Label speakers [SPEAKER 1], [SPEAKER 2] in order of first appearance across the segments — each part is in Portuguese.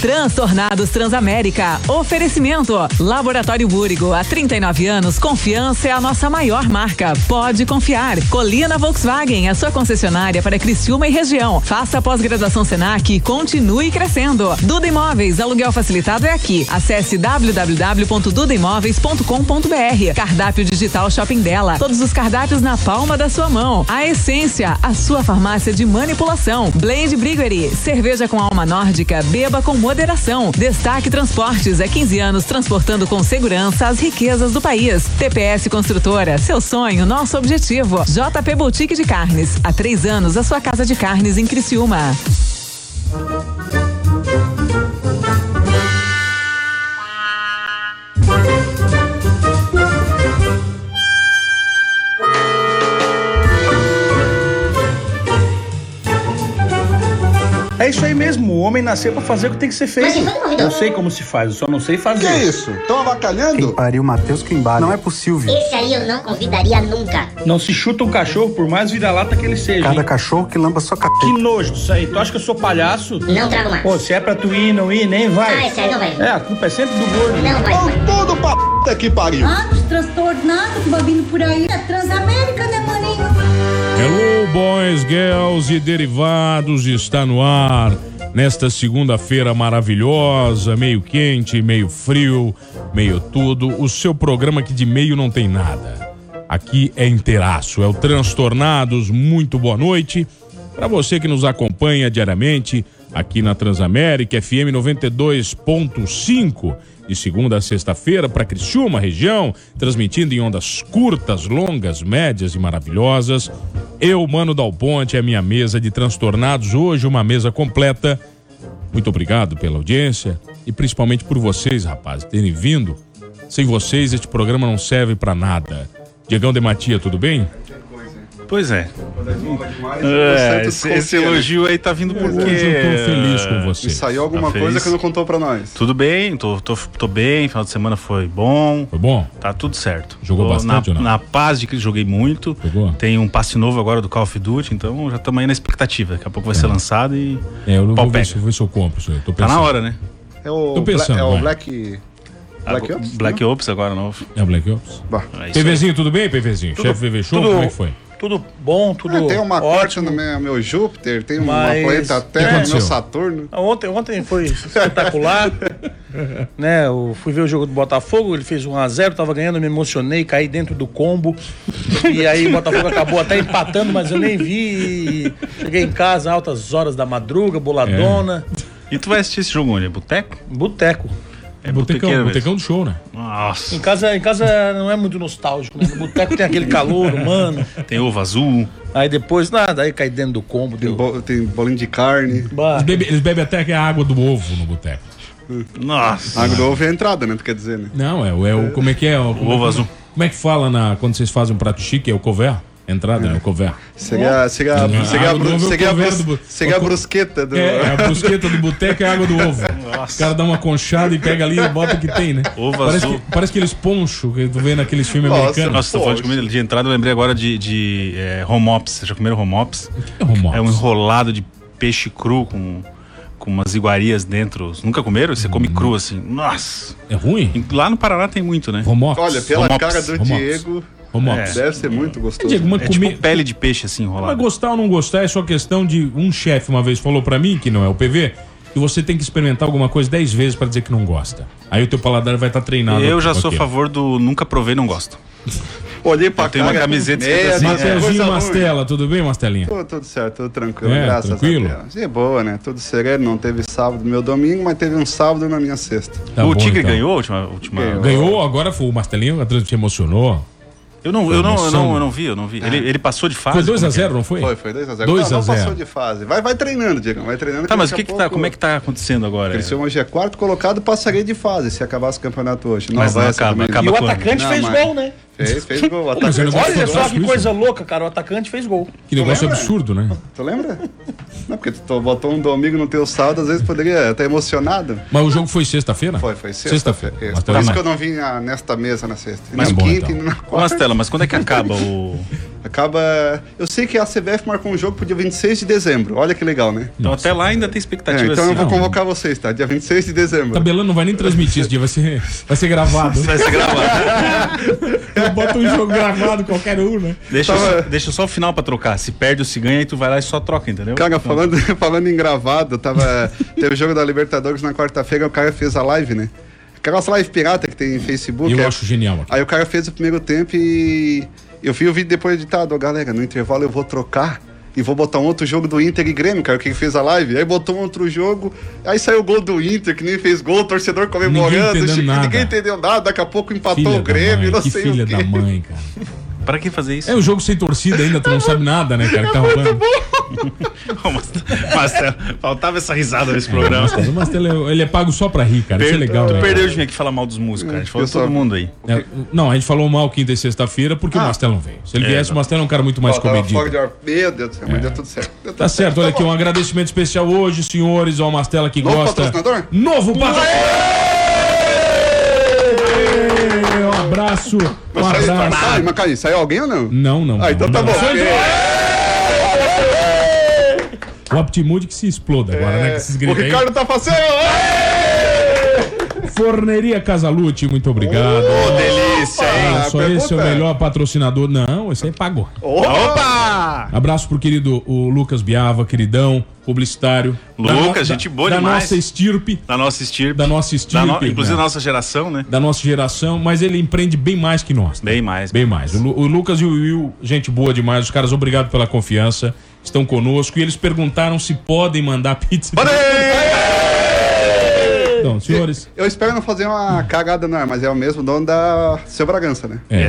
[SPEAKER 1] Transtornados Transamérica. Oferecimento. Laboratório Búrigo. Há 39 anos, confiança é a nossa maior marca. Pode confiar. Colina Volkswagen, a sua concessionária para Criciúma e região. Faça a pós-graduação Senac e continue crescendo. Duda Imóveis, aluguel facilitado é aqui. Acesse www.dudaimóveis.com.br. Cardápio digital shopping dela. Todos os cardápios na palma da sua mão. A Essência, a sua farmácia de manipulação. Blade Briguery, cerveja com alma nórdica, beba com moderação. Destaque Transportes, há 15 anos transportando com segurança as riquezas do país. TPS Construtora, seu sonho, nosso objetivo. JP Boutique de Carnes, há três anos a sua casa de carnes em Criciúma.
[SPEAKER 2] É isso aí mesmo, o homem nasceu pra fazer o que tem que ser feito. Eu sei como se faz, eu só não sei fazer.
[SPEAKER 3] Que é isso? Estão
[SPEAKER 4] Quem
[SPEAKER 3] avacalhando?
[SPEAKER 4] pariu, Matheus Quimbara. Não é possível.
[SPEAKER 5] Esse aí eu não convidaria nunca.
[SPEAKER 2] Não se chuta um cachorro por mais vira-lata que ele seja.
[SPEAKER 4] Cada
[SPEAKER 2] hein?
[SPEAKER 4] cachorro que lamba sua
[SPEAKER 2] Que
[SPEAKER 4] cacete.
[SPEAKER 2] nojo disso aí. Tu acha que eu sou palhaço?
[SPEAKER 5] Não trago mais.
[SPEAKER 2] Pô, se é pra tu ir, não ir, nem
[SPEAKER 5] Ah,
[SPEAKER 2] vai.
[SPEAKER 5] esse aí não vai vir.
[SPEAKER 2] É, a culpa é sempre do gordo.
[SPEAKER 5] Não vai.
[SPEAKER 3] Estão
[SPEAKER 5] vai.
[SPEAKER 3] tudo pra p que pariu.
[SPEAKER 6] Anos transtornados, babindo por aí. É Transamérica, né, maninho?
[SPEAKER 7] Hello, boys, girls e derivados, está no ar nesta segunda-feira maravilhosa, meio quente, meio frio, meio tudo. O seu programa que de meio não tem nada. Aqui é inteiraço, é o Transtornados. Muito boa noite para você que nos acompanha diariamente aqui na Transamérica FM 92.5 de segunda a sexta-feira para Criciúma região, transmitindo em ondas curtas, longas, médias e maravilhosas. Eu, Mano Dal Ponte, é a minha mesa de transtornados hoje, uma mesa completa. Muito obrigado pela audiência e principalmente por vocês, rapazes, terem vindo. Sem vocês, este programa não serve para nada. Diegão de Matia, tudo bem?
[SPEAKER 8] Pois é.
[SPEAKER 3] Você
[SPEAKER 8] é esse,
[SPEAKER 3] desconfia,
[SPEAKER 7] né?
[SPEAKER 8] esse elogio aí tá vindo
[SPEAKER 7] É,
[SPEAKER 8] porque. é,
[SPEAKER 7] Hoje eu tô feliz com
[SPEAKER 3] né?
[SPEAKER 7] você.
[SPEAKER 3] Saiu alguma
[SPEAKER 8] Tá feliz?
[SPEAKER 3] coisa que não contou pra nós.
[SPEAKER 8] Tudo bem, tô, tô, tô bem, final de semana foi bom.
[SPEAKER 7] Foi bom?
[SPEAKER 8] Tá tudo certo.
[SPEAKER 7] Jogou
[SPEAKER 8] Tô
[SPEAKER 7] bastante
[SPEAKER 8] na,
[SPEAKER 7] ou não?
[SPEAKER 8] Na paz de que joguei muito.
[SPEAKER 7] Jogou?
[SPEAKER 8] Tem um passe novo agora do Call of Duty, então já estamos aí na expectativa. Daqui a pouco vai ser lançado e.
[SPEAKER 7] É, eu não
[SPEAKER 8] Pau
[SPEAKER 7] vou ver,
[SPEAKER 8] pega.
[SPEAKER 7] se, vou ver se eu compro isso aí. Tô
[SPEAKER 8] Tá
[SPEAKER 7] pensando.
[SPEAKER 8] na hora, né?
[SPEAKER 3] É o,
[SPEAKER 7] Tô
[SPEAKER 3] Bla-
[SPEAKER 7] pensando,
[SPEAKER 3] é o
[SPEAKER 7] vai.
[SPEAKER 3] Black. Black
[SPEAKER 8] Ah,
[SPEAKER 3] Ops? né?
[SPEAKER 8] Black Ops agora novo.
[SPEAKER 7] É Black Ops?
[SPEAKER 3] Bah.
[SPEAKER 8] É isso aí.
[SPEAKER 7] PVzinho, tudo bem, PVzinho? Chefe PV Show,
[SPEAKER 9] tudo-
[SPEAKER 7] como é que foi?
[SPEAKER 9] Tudo bom, tudo
[SPEAKER 3] É, tem uma corte
[SPEAKER 9] ótimo.
[SPEAKER 3] no meu, meu Júpiter, tem
[SPEAKER 9] Mas-
[SPEAKER 3] uma planeta Terra no
[SPEAKER 7] aconteceu?
[SPEAKER 3] meu Saturno.
[SPEAKER 9] Ah, Ontem, ontem foi espetacular. né, eu fui ver o jogo do Botafogo, ele fez 1x0, tava ganhando, me emocionei, caí dentro do combo. E aí o Botafogo acabou até empatando, mas eu nem vi. Cheguei em casa, altas horas da madruga, boladona,
[SPEAKER 7] É.
[SPEAKER 8] E tu vai assistir esse jogo onde? É boteco?
[SPEAKER 9] boteco.
[SPEAKER 8] É
[SPEAKER 7] Botecão,
[SPEAKER 8] botequeiro
[SPEAKER 7] botecão do show, né?
[SPEAKER 8] mesmo. Nossa.
[SPEAKER 9] Em casa, em casa não é muito nostálgico, né? No boteco tem aquele calor humano.
[SPEAKER 8] Tem ovo azul.
[SPEAKER 9] Aí depois, nada, aí caí dentro do combo. Deu...
[SPEAKER 3] Tem, bo- tem bolinho de carne.
[SPEAKER 9] Bah.
[SPEAKER 7] Eles bebem, eles bebem até que a água do ovo no boteco.
[SPEAKER 8] Nossa.
[SPEAKER 3] Água do ovo é a entrada, né? Tu quer dizer, né?
[SPEAKER 7] Não, é, o- é o. Como é que é? O, como,
[SPEAKER 8] ovo azul.
[SPEAKER 7] Como é que fala na, quando vocês fazem um prato chique? É o couvert? Entrada, né? O couvert.
[SPEAKER 3] Seria, seria,
[SPEAKER 7] Não,
[SPEAKER 3] seria,
[SPEAKER 7] água
[SPEAKER 3] a
[SPEAKER 7] do
[SPEAKER 3] bru-
[SPEAKER 7] ovo é o
[SPEAKER 3] seria a
[SPEAKER 7] converso
[SPEAKER 3] brus-
[SPEAKER 7] do-
[SPEAKER 3] seria a
[SPEAKER 7] o co-
[SPEAKER 3] brusqueta
[SPEAKER 8] né?
[SPEAKER 3] do.
[SPEAKER 7] É, a brusqueta do boteco é a água do ovo. O cara dá uma conchada e pega ali e bota o que tem, né?
[SPEAKER 8] Ovo
[SPEAKER 7] parece,
[SPEAKER 8] azul.
[SPEAKER 7] que, parece aqueles poncho que tu vê naqueles filmes
[SPEAKER 3] Nossa,
[SPEAKER 7] americanos.
[SPEAKER 8] Nossa, tô falando de comida de entrada, eu lembrei agora de, de é, home ops. Vocês Já comeram home ops?
[SPEAKER 7] É, Romão.
[SPEAKER 8] É um enrolado de peixe cru com, com umas iguarias dentro. Nunca comeram? Você come cru assim. Nossa!
[SPEAKER 7] É ruim?
[SPEAKER 8] Lá no Paraná tem muito, né?
[SPEAKER 7] Romox.
[SPEAKER 3] Olha, pela
[SPEAKER 8] Homops,
[SPEAKER 3] cara do
[SPEAKER 7] homops.
[SPEAKER 3] Diego, é.
[SPEAKER 7] Romox.
[SPEAKER 3] deve ser muito
[SPEAKER 7] Ô,
[SPEAKER 3] gostoso.
[SPEAKER 7] Diego, mas
[SPEAKER 8] É
[SPEAKER 7] comer-
[SPEAKER 8] tipo pele de peixe assim
[SPEAKER 7] mas
[SPEAKER 8] enrolada.
[SPEAKER 7] gostar ou não gostar é só questão de um chefe uma vez falou pra mim que não é o PV que você tem que experimentar alguma coisa 10 vezes pra dizer que não gosta. Aí o teu paladar vai estar treinado.
[SPEAKER 8] Eu já
[SPEAKER 7] com
[SPEAKER 8] sou a
[SPEAKER 7] aquilo.
[SPEAKER 8] favor do nunca provei, não gosto.
[SPEAKER 3] Olhei pra
[SPEAKER 8] Eu tenho uma camiseta
[SPEAKER 3] meia,
[SPEAKER 8] escrita assim,
[SPEAKER 3] né?
[SPEAKER 8] é.
[SPEAKER 7] Mateuzinho
[SPEAKER 3] Coisa ruim.
[SPEAKER 7] Mastela, tudo bem, Mastelinha?
[SPEAKER 3] Tô- tudo certo, tudo tranquilo,
[SPEAKER 7] É,
[SPEAKER 3] graças
[SPEAKER 7] tranquilo?
[SPEAKER 3] a Deus. E boa, né? Tudo sereno, não teve sábado no meu domingo, mas teve um sábado na minha sexta.
[SPEAKER 7] Tá
[SPEAKER 8] o
[SPEAKER 7] bom,
[SPEAKER 8] Tigre
[SPEAKER 7] então.
[SPEAKER 8] ganhou a última. a última...
[SPEAKER 3] Ganhou.
[SPEAKER 7] Ganhou, agora foi o Mastelinho, a se emocionou.
[SPEAKER 8] Eu não, eu, não, eu,
[SPEAKER 7] Emoção. Ah.
[SPEAKER 8] não, eu não vi, eu não vi. Ele, ele passou de fase.
[SPEAKER 7] Foi 2x0,
[SPEAKER 8] como
[SPEAKER 7] não foi?
[SPEAKER 3] Foi, foi 2x0. Não,
[SPEAKER 7] 2 a
[SPEAKER 3] não
[SPEAKER 7] 0.
[SPEAKER 3] passou de fase. Vai, vai treinando, Diego. Vai treinando.
[SPEAKER 8] é? Tá, mas o que que tá, como é que tá acontecendo agora?
[SPEAKER 3] Cresceu hoje é quarto colocado, passaria de fase se acabasse o campeonato hoje.
[SPEAKER 8] Mas não
[SPEAKER 3] vai essa
[SPEAKER 8] acaba,
[SPEAKER 3] domingo.
[SPEAKER 8] acaba
[SPEAKER 9] E o
[SPEAKER 8] quando?
[SPEAKER 9] atacante
[SPEAKER 3] Não,
[SPEAKER 9] fez
[SPEAKER 3] mas-
[SPEAKER 9] gol, né?
[SPEAKER 3] Fez, fez gol.
[SPEAKER 7] mas é eu
[SPEAKER 3] Atacante-
[SPEAKER 7] não gosto
[SPEAKER 9] Olha
[SPEAKER 7] Eu
[SPEAKER 9] só
[SPEAKER 7] gosto
[SPEAKER 9] que
[SPEAKER 7] disso.
[SPEAKER 9] coisa louca, cara. O atacante fez gol.
[SPEAKER 7] Que negócio
[SPEAKER 3] lembra?
[SPEAKER 7] absurdo, né?
[SPEAKER 3] Tu lembra? Não, porque tu to- botou um domingo no teu sábado, às vezes poderia estar emocionado.
[SPEAKER 7] Mas o jogo foi sexta-feira?
[SPEAKER 3] Foi, foi sexta.
[SPEAKER 7] Sexta-feira.
[SPEAKER 3] Isso. Por
[SPEAKER 7] Matheus,
[SPEAKER 3] isso
[SPEAKER 7] mas-
[SPEAKER 3] que eu não vim na- nesta mesa na sexta.
[SPEAKER 7] Mas
[SPEAKER 3] nem
[SPEAKER 7] bom,
[SPEAKER 3] quinta
[SPEAKER 7] então.
[SPEAKER 3] e nem na
[SPEAKER 8] Ô,
[SPEAKER 3] quarta.
[SPEAKER 8] Mastela, mas quando é que acaba o.
[SPEAKER 3] Acaba. Eu sei que a CBF marcou um jogo pro dia 26 de dezembro. Olha que legal, né?
[SPEAKER 8] Então até lá ainda tem expectativa
[SPEAKER 3] É, então
[SPEAKER 8] assim.
[SPEAKER 3] eu vou
[SPEAKER 8] ó.
[SPEAKER 3] convocar vocês, tá? Dia 26 de dezembro.
[SPEAKER 7] Tabelão não vai nem transmitir esse dia, vai ser, vai ser gravado.
[SPEAKER 8] Vai ser gravado.
[SPEAKER 7] Bota um jogo gravado, qualquer um, né?
[SPEAKER 8] Deixa,
[SPEAKER 3] Tava-
[SPEAKER 8] deixa só o final pra trocar. Se perde ou se ganha, aí tu vai lá e só troca, entendeu? Então.
[SPEAKER 3] Cara, falando, falando em gravado, tava, teve o jogo da Libertadores na quarta-feira, o cara fez a live, né? Aquelas live pirata que tem em Facebook.
[SPEAKER 7] Eu
[SPEAKER 3] é-
[SPEAKER 7] acho genial.
[SPEAKER 3] Aí o cara fez o primeiro tempo e eu vi o vídeo depois editado. Ó, Galera, no intervalo eu vou trocar e vou botar um outro jogo do Inter e Grêmio, cara, que ele fez a live. Aí botou um outro jogo, aí saiu o gol do Inter, que nem fez gol, o torcedor um comemorando.
[SPEAKER 7] Ninguém entendeu
[SPEAKER 3] che-
[SPEAKER 7] nada.
[SPEAKER 3] ninguém entendeu nada, daqui a pouco empatou
[SPEAKER 7] Filha
[SPEAKER 3] o Grêmio,
[SPEAKER 7] da mãe,
[SPEAKER 3] não
[SPEAKER 7] que
[SPEAKER 3] sei
[SPEAKER 7] filha
[SPEAKER 3] o quê.
[SPEAKER 7] da mãe, cara.
[SPEAKER 8] Pra que fazer isso?
[SPEAKER 7] É um jogo sem torcida ainda, tu não sabe nada, né, cara? que Tá rolando.
[SPEAKER 8] Mas- Marcelo, faltava essa risada nesse programa.
[SPEAKER 7] Mas, mas ele, é- ele é pago só pra rir, cara. Isso é
[SPEAKER 8] Per-
[SPEAKER 7] legal,
[SPEAKER 8] tu
[SPEAKER 7] né?
[SPEAKER 8] perdeu de mim aqui falar mal dos músicos, cara. A gente falou
[SPEAKER 3] Pessoal.
[SPEAKER 8] todo mundo aí.
[SPEAKER 7] É, não, a gente falou mal quinta e sexta-feira porque o Mastelão veio. Se ele viesse, o Mastelão é um cara muito mais
[SPEAKER 3] Ah. Ó, tava
[SPEAKER 7] comedido.
[SPEAKER 3] fora de hora. Meu Deus do céu, mas deu tudo certo. Deu tudo
[SPEAKER 7] Tá certo, olha aqui, um agradecimento especial hoje, senhores, ao Mastela que
[SPEAKER 3] Novo
[SPEAKER 7] gosta.
[SPEAKER 3] patrocinador?
[SPEAKER 7] Novo patrocinador! Um abraço, um
[SPEAKER 3] Mas saiu, mas
[SPEAKER 7] abraço.
[SPEAKER 3] saiu, mas caiu, saiu alguém ou não?
[SPEAKER 7] Não, não.
[SPEAKER 3] Ah, então tá
[SPEAKER 7] não.
[SPEAKER 3] bom.
[SPEAKER 7] Só entrou-
[SPEAKER 3] É,
[SPEAKER 7] O Optimude que se exploda agora, né? Com esses
[SPEAKER 3] o
[SPEAKER 7] gritos aí.
[SPEAKER 3] Ricardo tá fazendo.
[SPEAKER 7] Forneria Casalute, muito obrigado.
[SPEAKER 3] Ô, delícia, hein?
[SPEAKER 7] Abraço,
[SPEAKER 3] A
[SPEAKER 7] esse é o
[SPEAKER 3] pergunta é-
[SPEAKER 7] melhor patrocinador. Não, esse aí pagou.
[SPEAKER 3] Opa!
[SPEAKER 7] Abraço pro querido o Lucas Biava, queridão, publicitário.
[SPEAKER 8] Lucas,
[SPEAKER 7] Da-
[SPEAKER 8] gente boa
[SPEAKER 7] da
[SPEAKER 8] demais.
[SPEAKER 7] nossa estirpe,
[SPEAKER 8] Da nossa estirpe.
[SPEAKER 7] Da nossa estirpe,
[SPEAKER 8] no- inclusive
[SPEAKER 7] né?
[SPEAKER 8] da nossa geração, né?
[SPEAKER 7] da nossa geração, mas ele empreende bem mais que nós. né?
[SPEAKER 8] Bem mais.
[SPEAKER 7] Bem mais. O, Lu- o Lucas e o Will, gente boa demais. Os caras, obrigado pela confiança. Estão conosco e eles perguntaram se podem mandar pizza. Então, senhores.
[SPEAKER 3] Eu espero não fazer uma cagada, não, mas é o mesmo dono da Seu Bragança, né?
[SPEAKER 7] é,